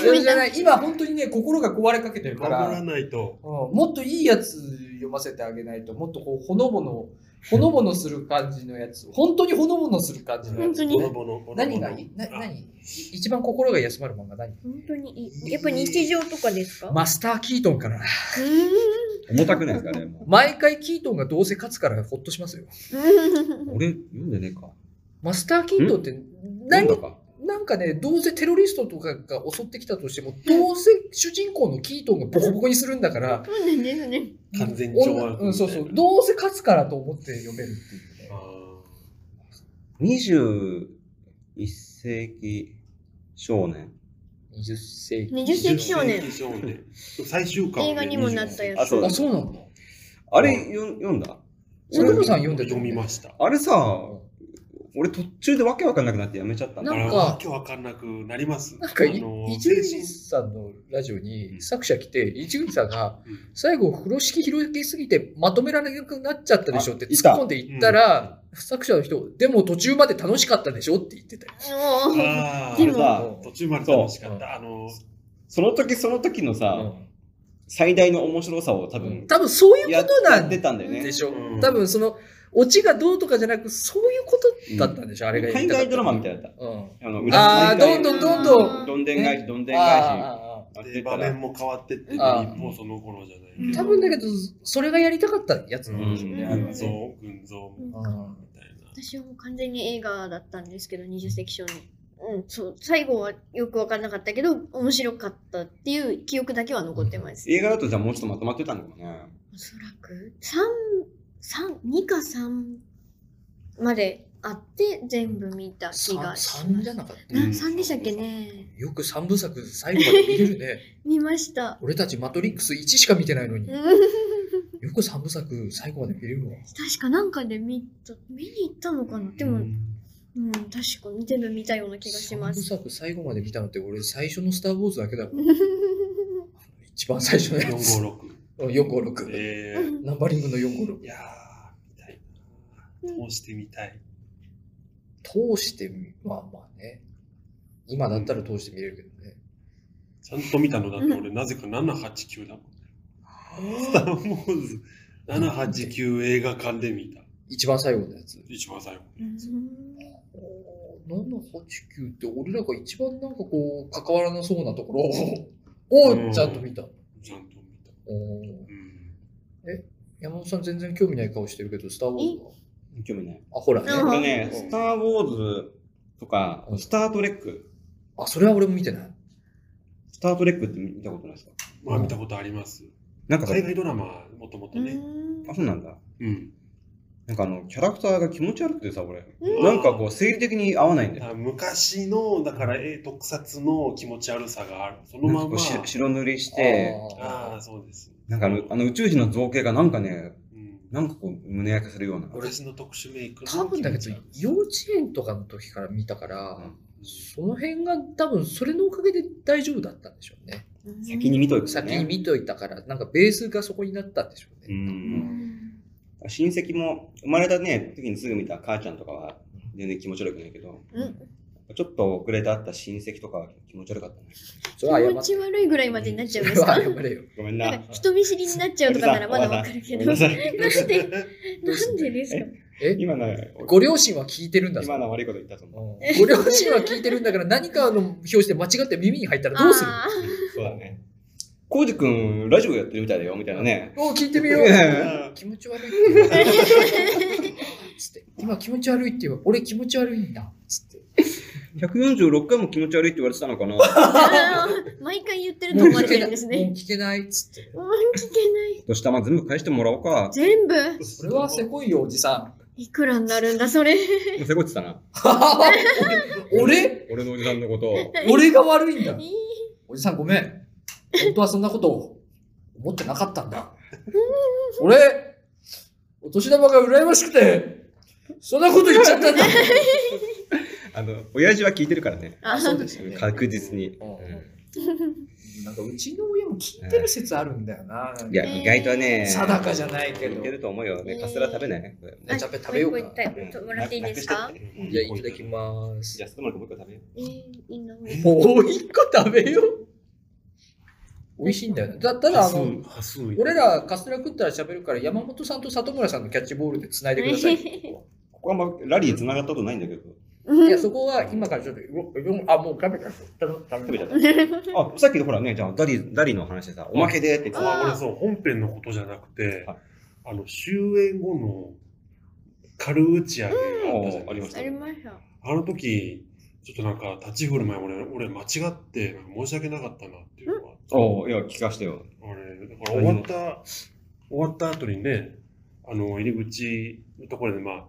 [SPEAKER 3] それじゃない。今、本当にね、心が壊れかけてるか
[SPEAKER 2] 守
[SPEAKER 3] ら、
[SPEAKER 2] ら
[SPEAKER 3] うん
[SPEAKER 2] ないと。
[SPEAKER 3] もっといいやつ読ませてあげないと、もっとこう、ほのぼの、ほのぼのする感じのやつ。本当にほのぼのする感じのや
[SPEAKER 1] 本
[SPEAKER 3] つ。
[SPEAKER 1] 当に
[SPEAKER 2] ボロボロボロボロ
[SPEAKER 3] 何がいいな
[SPEAKER 2] あ
[SPEAKER 3] 何一番心が休まる漫画何
[SPEAKER 1] 本当にいい。やっぱ日常とかですか、
[SPEAKER 3] マスター・キートンから。
[SPEAKER 1] うーん
[SPEAKER 4] 重たくないですかね。も
[SPEAKER 3] 毎回キートンがどうせ勝つからほっとしますよ。
[SPEAKER 4] う俺、読んでねえか。
[SPEAKER 3] マスター・キートンって
[SPEAKER 4] 読ん
[SPEAKER 3] 何
[SPEAKER 4] だか。
[SPEAKER 3] なんかね、どうせテロリストとかが襲ってきたとしても、どうせ主人公のキートンがボコボコにするんだから、
[SPEAKER 1] そうなんですね。
[SPEAKER 2] 完全懲悪みたいな
[SPEAKER 3] うん、そうそう、どうせ勝つからと思って読めるっていう
[SPEAKER 2] あ
[SPEAKER 3] ね。
[SPEAKER 4] 21世紀少年。
[SPEAKER 3] 20世紀。
[SPEAKER 1] 20世紀少
[SPEAKER 2] 20
[SPEAKER 1] 年。
[SPEAKER 2] 少年。最終巻。
[SPEAKER 1] 映画にもなったやつ
[SPEAKER 4] あ、そうだ
[SPEAKER 3] あ、。そうなんだ。
[SPEAKER 4] あれ、よん読んだ
[SPEAKER 3] 佐久間さん読んでた
[SPEAKER 2] 読みました。
[SPEAKER 4] あれさ、俺途中でわけわかんなくなってやめちゃったんだ
[SPEAKER 2] あ
[SPEAKER 3] な。ん
[SPEAKER 2] れ
[SPEAKER 3] か
[SPEAKER 2] わけわかんなくなります。
[SPEAKER 3] なんか、
[SPEAKER 2] あ
[SPEAKER 3] い
[SPEAKER 2] の
[SPEAKER 3] 伊
[SPEAKER 2] 精
[SPEAKER 3] 集
[SPEAKER 2] 神
[SPEAKER 3] 院さんのラジオに作者来て、伊集院さんが
[SPEAKER 2] うん
[SPEAKER 3] 最後、風呂敷広げすぎてまとめられなくなっちゃったでしょって
[SPEAKER 4] あい
[SPEAKER 3] 突
[SPEAKER 4] た
[SPEAKER 3] っ込んでいったら、作者の人、でも途中まで楽しかったでしょって言ってたよ。
[SPEAKER 1] もう
[SPEAKER 2] あ
[SPEAKER 1] で
[SPEAKER 2] ー
[SPEAKER 1] も
[SPEAKER 4] さ
[SPEAKER 2] 途中まで楽しかった。あの、
[SPEAKER 4] その時その時のさ、
[SPEAKER 3] うん
[SPEAKER 4] 最大の面白さを多分、
[SPEAKER 3] 多分そういう
[SPEAKER 4] や
[SPEAKER 3] ことなん
[SPEAKER 4] ってたんだよね
[SPEAKER 3] で。しょ
[SPEAKER 2] うん
[SPEAKER 3] 多分そのオチがどうとかじゃなくそういうことだったんでしょ、あれが
[SPEAKER 4] 海外ドラマみたい
[SPEAKER 3] い
[SPEAKER 4] だった。
[SPEAKER 3] な、うん、
[SPEAKER 4] あの
[SPEAKER 3] ああ
[SPEAKER 4] 裏
[SPEAKER 3] ど
[SPEAKER 4] 毎
[SPEAKER 3] ん
[SPEAKER 4] 回
[SPEAKER 3] どんどんどん
[SPEAKER 1] ん
[SPEAKER 4] どんでん返し、どんでん返し。
[SPEAKER 3] あ
[SPEAKER 4] やっ
[SPEAKER 2] で
[SPEAKER 4] てた
[SPEAKER 2] 場
[SPEAKER 4] ら
[SPEAKER 2] 面も変わってって、日
[SPEAKER 3] あー
[SPEAKER 2] 本その頃じゃない
[SPEAKER 1] うん
[SPEAKER 3] ー
[SPEAKER 2] け
[SPEAKER 3] 多
[SPEAKER 2] ど。
[SPEAKER 3] 分だけどそれがやりたかったやつなんでしょうね、
[SPEAKER 1] うん
[SPEAKER 3] あれは
[SPEAKER 2] 群
[SPEAKER 3] ね
[SPEAKER 2] 像、群像みたいな。
[SPEAKER 1] 私はもう完全に映画だったんですけど、20世紀少年。うん、そう最後はよく分かんなかったけど面白かったっていう記憶だけは残ってます。
[SPEAKER 4] 映画だとじゃあもうちょっとまとまってたのかもね。
[SPEAKER 1] おそらく三三二か3まであって全部見た気がし
[SPEAKER 3] 3
[SPEAKER 1] ま
[SPEAKER 3] じゃ
[SPEAKER 1] す。
[SPEAKER 3] なかった、
[SPEAKER 1] な3でしたっけね
[SPEAKER 3] よく3部作最後まで見れるね
[SPEAKER 1] 見ました。
[SPEAKER 3] 俺たちマトリックス1しか見てないのに
[SPEAKER 1] う
[SPEAKER 3] よ
[SPEAKER 1] ん
[SPEAKER 3] く3部作最後まで見れるわ
[SPEAKER 1] 確かなんかで見た見に行ったのかなで
[SPEAKER 2] う
[SPEAKER 1] も、
[SPEAKER 2] ん
[SPEAKER 1] うん、確かに全部見たような気がしま
[SPEAKER 3] 3部
[SPEAKER 1] す。
[SPEAKER 3] 作最後まで見たのって俺最初の「スター・ウォーズ」だけだも
[SPEAKER 1] う
[SPEAKER 3] ん一番最初のやつ
[SPEAKER 2] 456。
[SPEAKER 3] 456
[SPEAKER 2] えー
[SPEAKER 1] ん
[SPEAKER 3] ナンバリングの456
[SPEAKER 2] いや通してみたい。
[SPEAKER 3] 通してみ、まあまあね。今だったら通して見れるけどね。
[SPEAKER 2] ちゃんと見たのだって俺、なぜか789だもん。スター・ウォーズ789映画館で見た。
[SPEAKER 3] 一番最後のやつ。
[SPEAKER 2] 一番最後。
[SPEAKER 3] 789って俺らが一番なんかこう、関わらなそうなとこ ろを、をちゃんと見た。
[SPEAKER 2] ちゃんと見た。
[SPEAKER 3] おー
[SPEAKER 2] うん。
[SPEAKER 3] 山本さん全然興味ない顔してるけど、スター・ウォーズは
[SPEAKER 4] 興味ない。
[SPEAKER 3] あ、ほら
[SPEAKER 1] う
[SPEAKER 4] えっ
[SPEAKER 1] ん
[SPEAKER 3] ね。
[SPEAKER 4] とね、スター・ウォーズとか
[SPEAKER 3] う、ん
[SPEAKER 4] スター・トレック。
[SPEAKER 3] あ、それは俺も見てない。
[SPEAKER 4] スター・トレックって見たことないですか
[SPEAKER 2] まあ見たことあります。
[SPEAKER 4] なんか、
[SPEAKER 2] 海外ドラマ、もともとね。
[SPEAKER 4] あ、そうなんだ。
[SPEAKER 2] うん。
[SPEAKER 4] なんかあの、キャラクターが気持ち悪くてさ、俺。
[SPEAKER 1] うん
[SPEAKER 4] なんかこう、生理的に合わないんだよ。
[SPEAKER 2] あ昔の、だから、え特撮の気持ち悪さがある。その
[SPEAKER 4] なん
[SPEAKER 2] ま
[SPEAKER 4] か
[SPEAKER 2] ん
[SPEAKER 4] こ
[SPEAKER 2] ま
[SPEAKER 4] う。し白塗りして、
[SPEAKER 2] あ
[SPEAKER 3] あ
[SPEAKER 2] あ、そうです。
[SPEAKER 4] なんかあのあの宇宙人の造形がなんかね、
[SPEAKER 2] うん。
[SPEAKER 4] なんかこう、胸焼けするような。
[SPEAKER 2] 私の特殊メイク
[SPEAKER 3] ー多分だけど、幼稚園とかの時から見たから、その辺が多分それのおかげで大丈夫だったんでしょうね。
[SPEAKER 4] 先に見といて、ね。
[SPEAKER 3] 先に見といたから、なんかベースがそこになったんでしょう
[SPEAKER 4] う
[SPEAKER 3] ね。
[SPEAKER 4] ん。親戚も、生まれたね、時にすぐ見た母ちゃんとかは、全然気持ち悪くないけど、ちょっと遅れて会った親戚とかは気持ち悪かったね。
[SPEAKER 1] 気
[SPEAKER 3] それは謝
[SPEAKER 1] 持ち悪いぐらいまでになっちゃうんです
[SPEAKER 3] それ
[SPEAKER 1] か
[SPEAKER 3] は謝れよ。
[SPEAKER 4] ごめんな。
[SPEAKER 1] なんか人見知りになっちゃうとかならまだわかるけど、
[SPEAKER 4] ご
[SPEAKER 1] な
[SPEAKER 4] め
[SPEAKER 1] ん
[SPEAKER 4] んな
[SPEAKER 1] で、
[SPEAKER 4] さい
[SPEAKER 1] なんでですか
[SPEAKER 3] え
[SPEAKER 4] 今の、
[SPEAKER 3] ご両親は聞いてるんだぞ
[SPEAKER 4] 今の悪いこと言ったと
[SPEAKER 3] う
[SPEAKER 4] 思う。
[SPEAKER 3] んご両親は聞いてるんだから何かの表紙で間違って耳に入ったらどうする
[SPEAKER 1] あー
[SPEAKER 4] そうだね。コウジ君、ラジオやってるみたいだよ、みたいなね。
[SPEAKER 3] お聞いてみよう気持ち悪いつって今気持ち悪いって言う俺気持ち悪いんだつって
[SPEAKER 4] 146回も気持ち悪いって言われてたの かな
[SPEAKER 1] あー毎回言ってると思われてるんです
[SPEAKER 3] もう
[SPEAKER 1] ね。
[SPEAKER 3] 聞けないっつって
[SPEAKER 1] もう聞けない。
[SPEAKER 4] そしたらまあ全部返してもらおうか。
[SPEAKER 1] 全部
[SPEAKER 3] それはせこいよおじさん
[SPEAKER 1] いくらになるんだ、それ。
[SPEAKER 4] せこってたな。
[SPEAKER 3] 俺
[SPEAKER 4] 俺のおじさんのことを。
[SPEAKER 3] 俺が悪いんだ
[SPEAKER 1] いい
[SPEAKER 3] おじさんごめん本当はそんなことを思ってなかったんだ俺お年玉が羨ましくてそんなこと言っちゃったん だ
[SPEAKER 4] あの、親父は聞いてるからね。
[SPEAKER 1] あ
[SPEAKER 3] そうですよね
[SPEAKER 4] 確実に。
[SPEAKER 3] うん
[SPEAKER 4] う
[SPEAKER 3] なんかうちの親も聞いてる説あるんだよな。
[SPEAKER 4] んいや、
[SPEAKER 1] えー
[SPEAKER 4] 意外とね。
[SPEAKER 3] 定かじゃないけど
[SPEAKER 4] 聞いてると思うよね。
[SPEAKER 1] えー
[SPEAKER 4] カステラ食べないこれ
[SPEAKER 3] お茶っぺ食べようか。
[SPEAKER 1] もう一個いったもらっていいですか
[SPEAKER 4] ななくしてって
[SPEAKER 3] いや、いただきま
[SPEAKER 4] じ
[SPEAKER 3] す
[SPEAKER 4] ゃ。あ、そこまでもう一個食べよ。
[SPEAKER 1] えーいいな。
[SPEAKER 3] もう一個食べよう。美味しいんだよね。だただあの、俺らカステラ食ったら喋るから、山本さんと里村さんのキャッチボールで繋いでください。いう
[SPEAKER 4] ここはまラリー繋がったことないんだけど。
[SPEAKER 3] や、そこは今からちょっと、うあ、もう食べた。食
[SPEAKER 4] 食
[SPEAKER 3] べ
[SPEAKER 4] べち
[SPEAKER 3] た
[SPEAKER 4] ゃった。あ、さっきのほらね、じゃあ、ダリ、ダリの話でさ、おまけでって言って
[SPEAKER 1] あ
[SPEAKER 4] た。
[SPEAKER 2] あ俺そう本編のことじゃなくて、
[SPEAKER 4] はい
[SPEAKER 2] あの終演後の軽打ち上げがあったじゃ
[SPEAKER 4] うんあ
[SPEAKER 2] ない
[SPEAKER 4] り
[SPEAKER 2] で
[SPEAKER 4] まし
[SPEAKER 2] す
[SPEAKER 4] た
[SPEAKER 2] か
[SPEAKER 1] ありました。
[SPEAKER 2] あの時ちょっとなんか立ち振る舞い俺俺間違ってなんか申し訳なかったなっていうのは
[SPEAKER 4] おういや、聞かしてよ。
[SPEAKER 2] 俺だから終わった終わった後にねあの入り口のところでまあ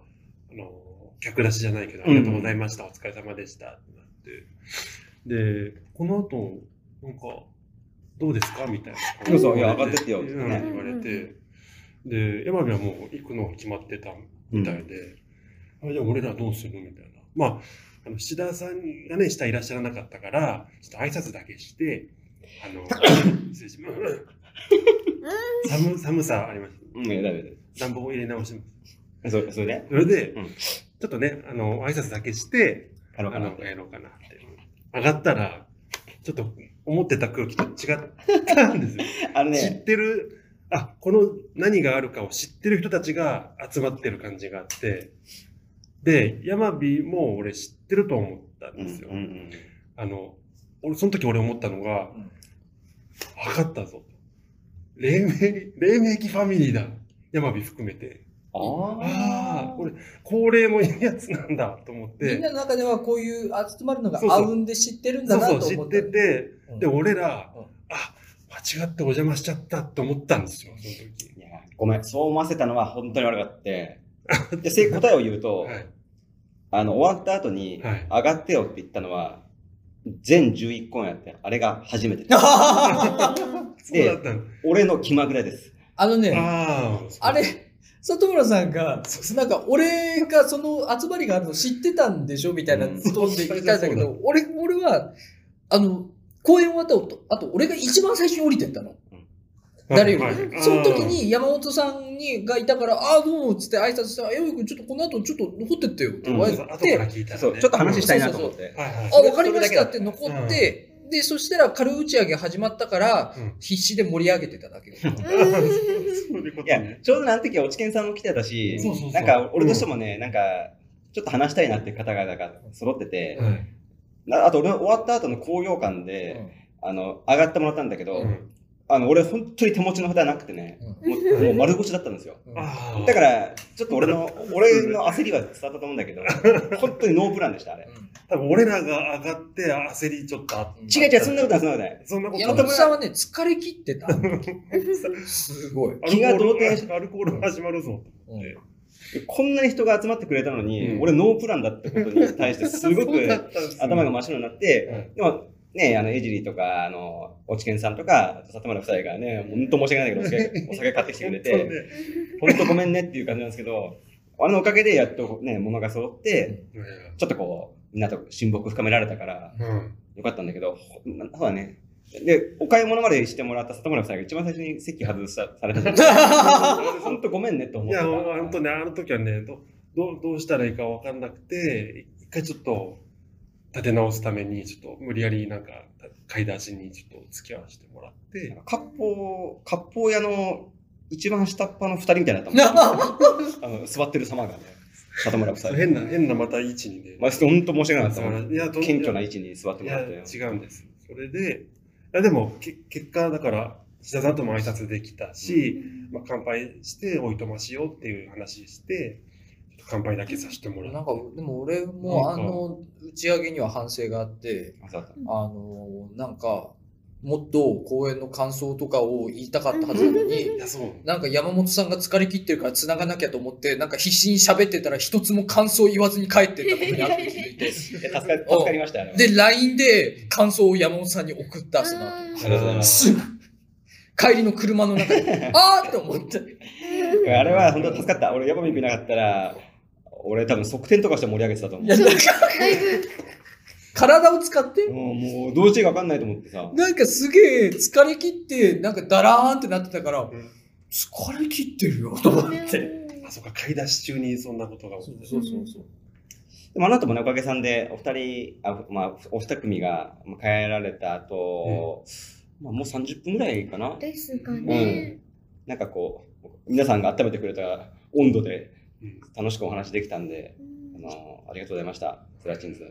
[SPEAKER 2] あの客出しじゃないけどありがとうございました、お疲れ様でしたってなってでこの後なんかどうですかみたいな
[SPEAKER 4] そうそういや上がってってよ
[SPEAKER 2] うん
[SPEAKER 4] って
[SPEAKER 2] 言
[SPEAKER 4] ね
[SPEAKER 2] われてで山火はもう行くのが決まってたみたいで、あじゃあ俺らどうするみたいなまああの志田さんがね下いらっしゃらなかったからちょっと挨拶だけして あの失礼します寒寒さありまし
[SPEAKER 4] うん、いや、だめだ
[SPEAKER 2] た暖房を入れ直します
[SPEAKER 4] め。それ、それで、
[SPEAKER 2] それで、
[SPEAKER 4] うん
[SPEAKER 2] ちょっとねあの挨拶だけして
[SPEAKER 4] あの
[SPEAKER 2] あのやろうかなって上がったらちょっと思ってた空気と違ったんですよ
[SPEAKER 4] あの
[SPEAKER 2] 知っ、てる、あ、この何があるかを知ってる人たちが集まってる感じがあって、で、山火も俺知ってると思ったん
[SPEAKER 4] うん
[SPEAKER 2] ですよ。
[SPEAKER 4] うんうん
[SPEAKER 2] あの、俺、その時俺思ったのが、
[SPEAKER 3] うん
[SPEAKER 2] 分かったぞ。黎明、黎明期ファミリーだ。山火含めて。ああ、
[SPEAKER 3] あ
[SPEAKER 2] 俺、高齢もいるやつなんだと思っ
[SPEAKER 3] ーみん
[SPEAKER 2] て。
[SPEAKER 3] なの中ではこういう集まるのが合うんで知ってるんだ
[SPEAKER 2] そう
[SPEAKER 3] なと
[SPEAKER 2] そ
[SPEAKER 3] 思
[SPEAKER 2] う、
[SPEAKER 3] った。
[SPEAKER 2] 知ってて、
[SPEAKER 3] うん
[SPEAKER 2] で、俺ら、
[SPEAKER 3] うん
[SPEAKER 2] あ、間違ってお邪魔しちゃったと思ったんですよ、その時。
[SPEAKER 4] いや、ごめん、そう思わせたのは本当に悪かって。 で、せ答えを言うと、
[SPEAKER 2] はい。
[SPEAKER 4] あの、終わった後に、
[SPEAKER 2] はい
[SPEAKER 4] 上がってよって言ったのは、全11個やって、あれが初 めて。
[SPEAKER 2] そうだったの。
[SPEAKER 4] 俺の気まぐれです。
[SPEAKER 3] あのね、
[SPEAKER 2] ああ、
[SPEAKER 3] あれ、里村さんが、なんか俺がその集まりがあるの知ってたんでしょみたいな
[SPEAKER 4] うん
[SPEAKER 3] ことで言ったんだけ
[SPEAKER 2] そうそう
[SPEAKER 3] ど、俺、俺は、あの、公演終わった後、あと俺が一番最初に降りてったの
[SPEAKER 4] うん。
[SPEAKER 3] 誰より、
[SPEAKER 2] はいはい
[SPEAKER 3] その時に山本さんにがいたから、ああ、どうもっつって挨拶したら、えよくちょっとこの後ちょっと残ってってよって言われて、
[SPEAKER 2] 後から聞いたら、ね、
[SPEAKER 7] そう、ちょっと話したいなと思って。
[SPEAKER 2] はいはい
[SPEAKER 3] あ、わかりましたって残って、で、そしたら軽打ち上げ始まったから、
[SPEAKER 2] うん
[SPEAKER 3] 必死で盛り上げてただ け。
[SPEAKER 2] そういうこと
[SPEAKER 4] いや
[SPEAKER 2] ね、
[SPEAKER 4] ちょうどあの時は落研さんも来てたし
[SPEAKER 2] そうそうそう、
[SPEAKER 4] なんか俺としてもね、なんか、ちょっと話したいなっていう方々が揃ってて、
[SPEAKER 2] はい
[SPEAKER 4] なあと俺終わった後の高揚感で、あの、上がってもらったんだけど、
[SPEAKER 2] うん
[SPEAKER 4] あの、俺本当に手持ちの札なくてね、もうもう丸腰だったんですよ。
[SPEAKER 3] うん
[SPEAKER 2] あー
[SPEAKER 4] だから、ちょっと俺の、俺の焦りは伝わったと思うんだけ ど、本当にノープランでした、あれ。
[SPEAKER 2] 多分俺らが上がって焦りちょっとあっ
[SPEAKER 3] うん
[SPEAKER 4] 違う違う、そんなことない、そんなことない。
[SPEAKER 2] そんなこと
[SPEAKER 3] 山
[SPEAKER 2] ない
[SPEAKER 3] 本さんはね、疲れ切ってた。すごい。
[SPEAKER 2] アルコール
[SPEAKER 4] 気が動転し
[SPEAKER 2] アルコール始まるぞ。
[SPEAKER 3] うん
[SPEAKER 4] こんなに人が集まってくれたのに、
[SPEAKER 2] うん
[SPEAKER 4] 俺ノープランだってことに対してす ご
[SPEAKER 3] そうだ
[SPEAKER 4] く
[SPEAKER 3] ったんです
[SPEAKER 4] 頭が真っ白になって、でも、ね、あの、エジリーとか、あの、おちけんさんとか、里村夫妻がね、本当申し訳ないんだけど、お 酒お酒買ってきてくれ
[SPEAKER 2] 本当
[SPEAKER 4] て、本当ごめんねっていう感じなんですけど、あれのおかげでやっとね、物が揃って、
[SPEAKER 2] ね
[SPEAKER 4] ちょっとこう、みんなと親睦深められたから、
[SPEAKER 2] うん
[SPEAKER 4] よかったんだけど、ほなそうだね。で、お買い物までしてもらった里村夫妻が一番最初に席外さされたんで 本当ごめんねって思っ
[SPEAKER 2] い
[SPEAKER 4] て
[SPEAKER 2] や、
[SPEAKER 4] た。
[SPEAKER 2] 本当ね、あの時はね、どどうどうしたらいいかわかんなくて、一回ちょっと立て直すために、ちょっと無理やりなんか買い出しにちょっと付き合わせてもらって、
[SPEAKER 4] 割烹、割烹屋の一番下っ端の二人みたいになった もんあの座ってる様がね、里村夫妻。
[SPEAKER 2] 変な、変なまた位置にね。
[SPEAKER 4] まあ、本当申し訳なかったもん。
[SPEAKER 2] いやどう
[SPEAKER 4] 謙虚な位置に座って
[SPEAKER 2] い
[SPEAKER 4] も
[SPEAKER 2] や、
[SPEAKER 4] らって。
[SPEAKER 2] 違うんです。それで、いやでも、け結果、だから、岸田さんとも挨拶できたし、まあ、乾杯して、おいとましようっていう話して、ちょっと乾杯だけさせてもら
[SPEAKER 3] な
[SPEAKER 2] っ
[SPEAKER 3] んか
[SPEAKER 2] て。、
[SPEAKER 3] でも俺も
[SPEAKER 2] な
[SPEAKER 3] あ
[SPEAKER 2] んか
[SPEAKER 3] の打ち上げには反省があって、
[SPEAKER 4] あそうだった
[SPEAKER 3] あの、なんか、もっと公演の感想とかを言いたかったはずなのに、
[SPEAKER 2] いや、そう。
[SPEAKER 3] なんか山本さんが疲れ切ってるから繋がなきゃと思って、なんか必死に喋ってたら一つも感想言わずに帰ってったことにあって気づいて。
[SPEAKER 4] いや助か助かりましたよ。あれは
[SPEAKER 3] で、LINE で感想を山本さんに送った、その後。
[SPEAKER 4] ありがとうございます。
[SPEAKER 3] すぐ、帰りの車の中で、あーって思って。
[SPEAKER 4] あれは本当助かった。俺、ヤバミ君いなかったら、俺多分側転とかして盛り上げてたと思
[SPEAKER 3] いうや、。なんか、体を使って、
[SPEAKER 4] もうもう、どうしていいか分かんないと思ってさ。
[SPEAKER 3] なんかすげえ疲れ切って、なんかダラーンってなってたから
[SPEAKER 2] ん、
[SPEAKER 3] 疲れ切ってるよ、と思って。。
[SPEAKER 2] あ、そうか、買い出し中にそんなことが起きて。
[SPEAKER 1] そうそうそう
[SPEAKER 4] でもあなたもね、おかげさんで、お二人、あまあ、お二組がまあ帰られた後、まあ、もう30分ぐらいかな。
[SPEAKER 1] ですかね。
[SPEAKER 4] なんかこう、皆さんが温めてくれた温度で
[SPEAKER 2] うん
[SPEAKER 4] 楽しくお話できたんで、
[SPEAKER 1] うん
[SPEAKER 4] あのありがとうございました、プラチンズ。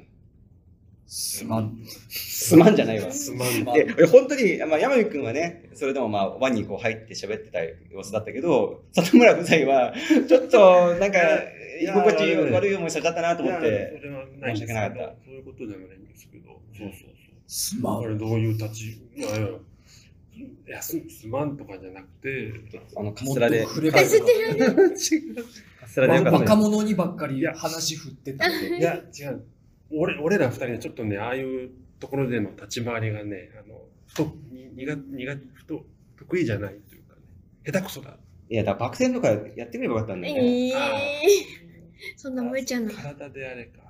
[SPEAKER 3] すまん。
[SPEAKER 4] すまんじゃないわ。
[SPEAKER 2] すまん
[SPEAKER 3] すまん
[SPEAKER 4] ええ本当に、まあ、山見君はね、それでもまあ輪にこう入って喋ってた様子だったけど、里村夫妻は、ちょっとなんか
[SPEAKER 2] い
[SPEAKER 4] 居
[SPEAKER 2] や
[SPEAKER 4] 心地悪い思いしちゃったなと思っ
[SPEAKER 2] いや
[SPEAKER 4] て、
[SPEAKER 2] それはないんですけ
[SPEAKER 4] 申し訳
[SPEAKER 2] ど
[SPEAKER 4] なかっ
[SPEAKER 2] そういうことでもないんですけど。そうそう
[SPEAKER 3] すま
[SPEAKER 2] そう。あ
[SPEAKER 3] ん。
[SPEAKER 2] れ、どういう立ち、いやいや、いやすすまんとかじゃなくて、
[SPEAKER 4] あのカステラで
[SPEAKER 3] もっと、触ればよかった
[SPEAKER 4] カステラでよかった
[SPEAKER 3] 若
[SPEAKER 4] です
[SPEAKER 3] 者にばっかり話振ってた。
[SPEAKER 2] いや、違う。俺俺ら二人はちょっとね、ああいうところでの立ち回りがね、あの、ふと、に、にが、にが、ふと、得意じゃないというかね、下手くそだ。
[SPEAKER 4] いや、だからバク転とかやってみればよかったんだよね。
[SPEAKER 1] ええそんな燃え ちゃうの。
[SPEAKER 2] 体であれか。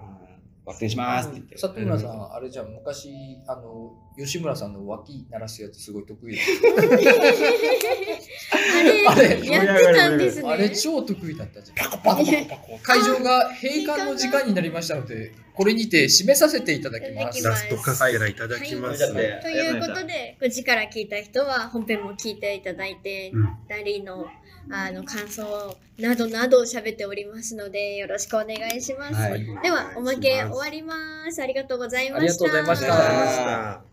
[SPEAKER 4] バク転しますって言って。
[SPEAKER 3] 里村さん、あれじゃん、昔、あの、吉村さんの脇鳴らすやつすごい得意だ
[SPEAKER 1] あれ、やってたんですね。
[SPEAKER 3] あれ超得意だったじゃん。会場が閉館の時間になりましたので、これにて締めさせていただきま
[SPEAKER 1] い
[SPEAKER 3] す
[SPEAKER 1] た。だきます
[SPEAKER 2] ステラいただ
[SPEAKER 4] はいだって
[SPEAKER 1] ということで、こっちから聞いた人は本編も聞いていただいて、
[SPEAKER 2] うん
[SPEAKER 1] 二人のあの感想などなどを喋っておりますので、よろしくお願いします。
[SPEAKER 4] はい
[SPEAKER 1] では、おまけ終わります。ありがとうございました。
[SPEAKER 3] ありがとうございまし
[SPEAKER 4] ありがとうございました
[SPEAKER 2] ありがとうございました